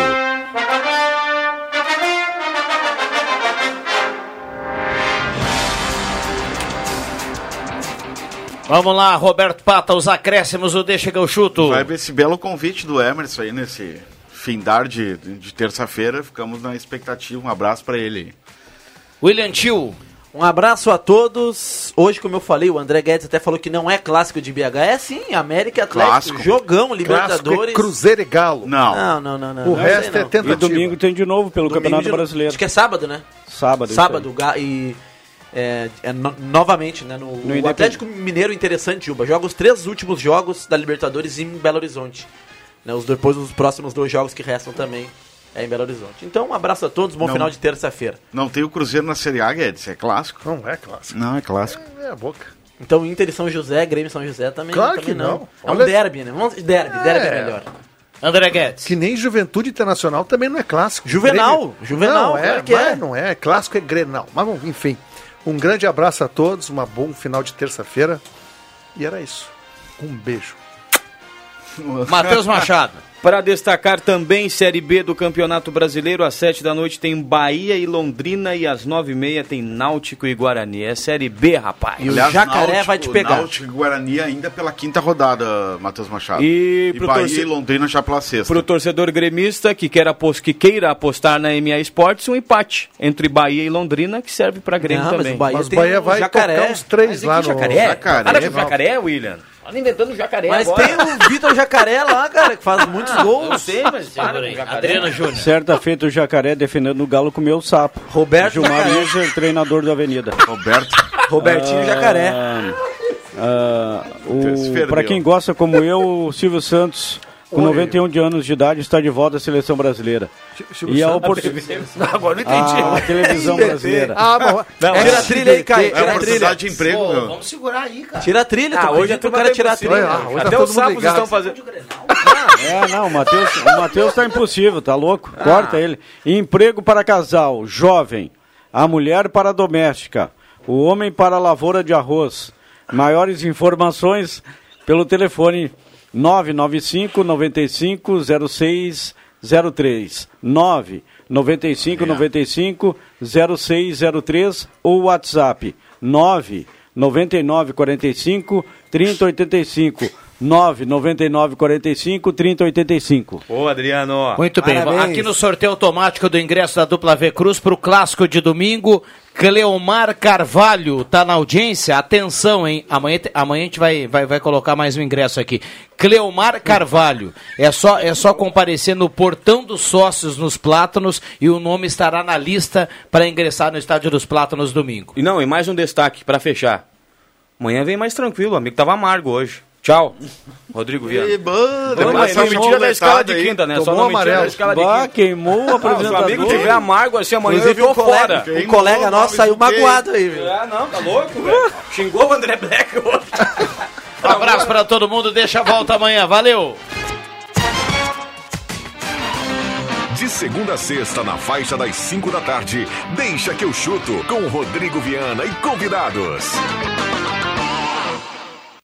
C: Vamos lá, Roberto Pata, os acréscimos, o Deixa que eu chuto.
F: Vai ver esse belo convite do Emerson aí nesse findar de, de terça-feira. Ficamos na expectativa. Um abraço pra ele.
C: William Tio.
G: Um abraço a todos. Hoje, como eu falei, o André Guedes até falou que não é clássico de BH. É sim, América e Atlético.
F: Clássico.
G: Jogão,
H: Clássico é
G: Libertadores.
H: Cruzeiro e Galo.
F: Não.
G: Não, não, não, não. não
H: o
G: sei
H: resto é
G: não.
D: E
H: tentativa.
D: domingo tem de novo pelo
G: Domingo
D: Campeonato
G: de-
D: Brasileiro.
G: Acho que é sábado, né?
D: Sábado. isso
G: Sábado,
D: aí.
G: ga- e. é, é no- novamente, né? No, o
D: Independ-
G: Atlético Mineiro interessante, Juba. Joga os três últimos jogos da Libertadores em Belo Horizonte. Né, os, depois os próximos dois jogos que restam também é em Belo Horizonte. Então, um abraço a todos, bom
F: Não.
G: final de terça-feira.
F: Não tem o Cruzeiro na Série A, Guedes. É clássico.
H: Não é clássico.
F: Não, é clássico.
H: É a boca.
G: Então Inter e São José, Grêmio e São José também,
H: Claro
G: também
H: que não.
G: É um
H: Olha-
G: derby, né? Vamos derby, derby é
H: É.
G: melhor.
C: André Guedes.
H: Que nem Juventude Internacional também não é clássico.
G: Juvenal,
H: Grêmio-
G: Juvenal,
H: não, é,
G: claro que
H: mas
G: é.
H: não é. Clássico é Grenal. Mas bom, enfim. Um grande abraço a todos, um bom final de terça-feira. E era isso. Um beijo.
C: Matheus Machado.
I: Para destacar também Série B do Campeonato Brasileiro, às 7 da noite tem Bahia e Londrina e às 9h30 tem Náutico e Guarani. É Série B, rapaz.
F: Aliás, Náutico- Náutico e Guarani ainda pela quinta rodada, Matheus Machado.
I: E pro
F: Bahia
I: torce-
F: e Londrina já pela sexta.
I: Para o torcedor gremista que, quer apos- que queira apostar na MA Esportes, um empate entre Bahia e Londrina, que serve para Grêmio
G: Não, mas
I: também.
G: o Bahia Mas o tem Bahia o vai Jacaré. tocar uns três
I: um Mas e
G: lá
I: que
G: no-
I: Jacaré?
F: é
G: Jacaré,
I: Para com
G: Valdo.
I: jacaré, William. Olha, inventando jacaré
G: Mas
I: agora.
G: tem o Vitor Jacaré lá, cara, que faz muitos
I: Ah,
G: gols.
I: eu sei, mas para com jacaré. Adriano Júnior.
D: Certa feita o jacaré defendendo o galo comeu o sapo. Roberto Gilmar
G: Jacaré.
D: Iser, treinador da Avenida.
F: Roberto.
G: Robertinho Jacaré.
F: Se
D: o
F: perdeu.
D: Para quem gosta como eu, o Silvio Santos, com
F: Oi.
D: 91 de anos de idade, está de volta à seleção brasileira.
H: Silvio
D: E a
H: Santos.
D: oportunidade.
H: Não, agora não
D: A
H: entendi.
D: televisão
H: SBT.
D: brasileira.
H: Ah, bom.
D: Não,
H: Tira a
D: SBT.
H: trilha aí, Caio,
D: É
H: tira a
D: uma
H: trilha.
D: oportunidade de emprego,
H: Pô,
D: meu.
H: vamos segurar aí, cara.
G: Tira a trilha, tu
I: Ah, hoje
G: hoje tu
I: tu
G: cara
I: vai
G: tirar a
I: possível,
G: trilha.
I: né?
G: Até
I: Até
G: o
I: os sapos estão fazendo.
D: É, não, o Matheus, o Matheus tá impossível, tá louco? Corta ele. Emprego para casal, jovem. A mulher para a doméstica. O homem para a lavoura de arroz. Maiores informações pelo telefone 995 95 06 03 9 95 95 0603 ou WhatsApp 9 99 45 30 85 9 99 45 30 85
I: Ô, Adriano.
C: Muito bem, aqui no sorteio automático do ingresso da dupla V Cruz para o clássico de domingo, Cleomar Carvalho tá na audiência. Atenção, hein? Amanhã, te- amanhã a gente vai, vai, vai colocar mais um ingresso aqui. Cleomar Carvalho. É só, é só comparecer no portão dos sócios nos Plátanos e o nome estará na lista para ingressar no Estádio dos Plátanos domingo.
I: E não, e mais um destaque para fechar. Amanhã vem mais tranquilo, o amigo tava amargo hoje. Tchau. Rodrigo Viana.
F: Ih, banda,
I: Tomou-
F: mas essa
I: só mentira da
F: moletada
I: escala de
F: aí.
I: quinta, né? Só
F: Tomou
I: não mentira da
F: amarelo.
I: escala de
F: Bah,
I: quinta.
D: queimou o
I: Se o Ah, amigo
D: apresentador.
I: tiver amargo assim amanhã,
D: Inclusive,
I: ele
D: um
I: ficou
D: colega-
I: fora.
D: um colega nosso saiu magoado
I: aí, velho. Ah, não, tá louco, velho. Xingou o André Black hoje.
C: Um abraço para todo mundo, deixa a volta amanhã. Valeu!
A: De segunda a sexta, na faixa das 5 da tarde, deixa que eu chuto com Rodrigo Viana e convidados.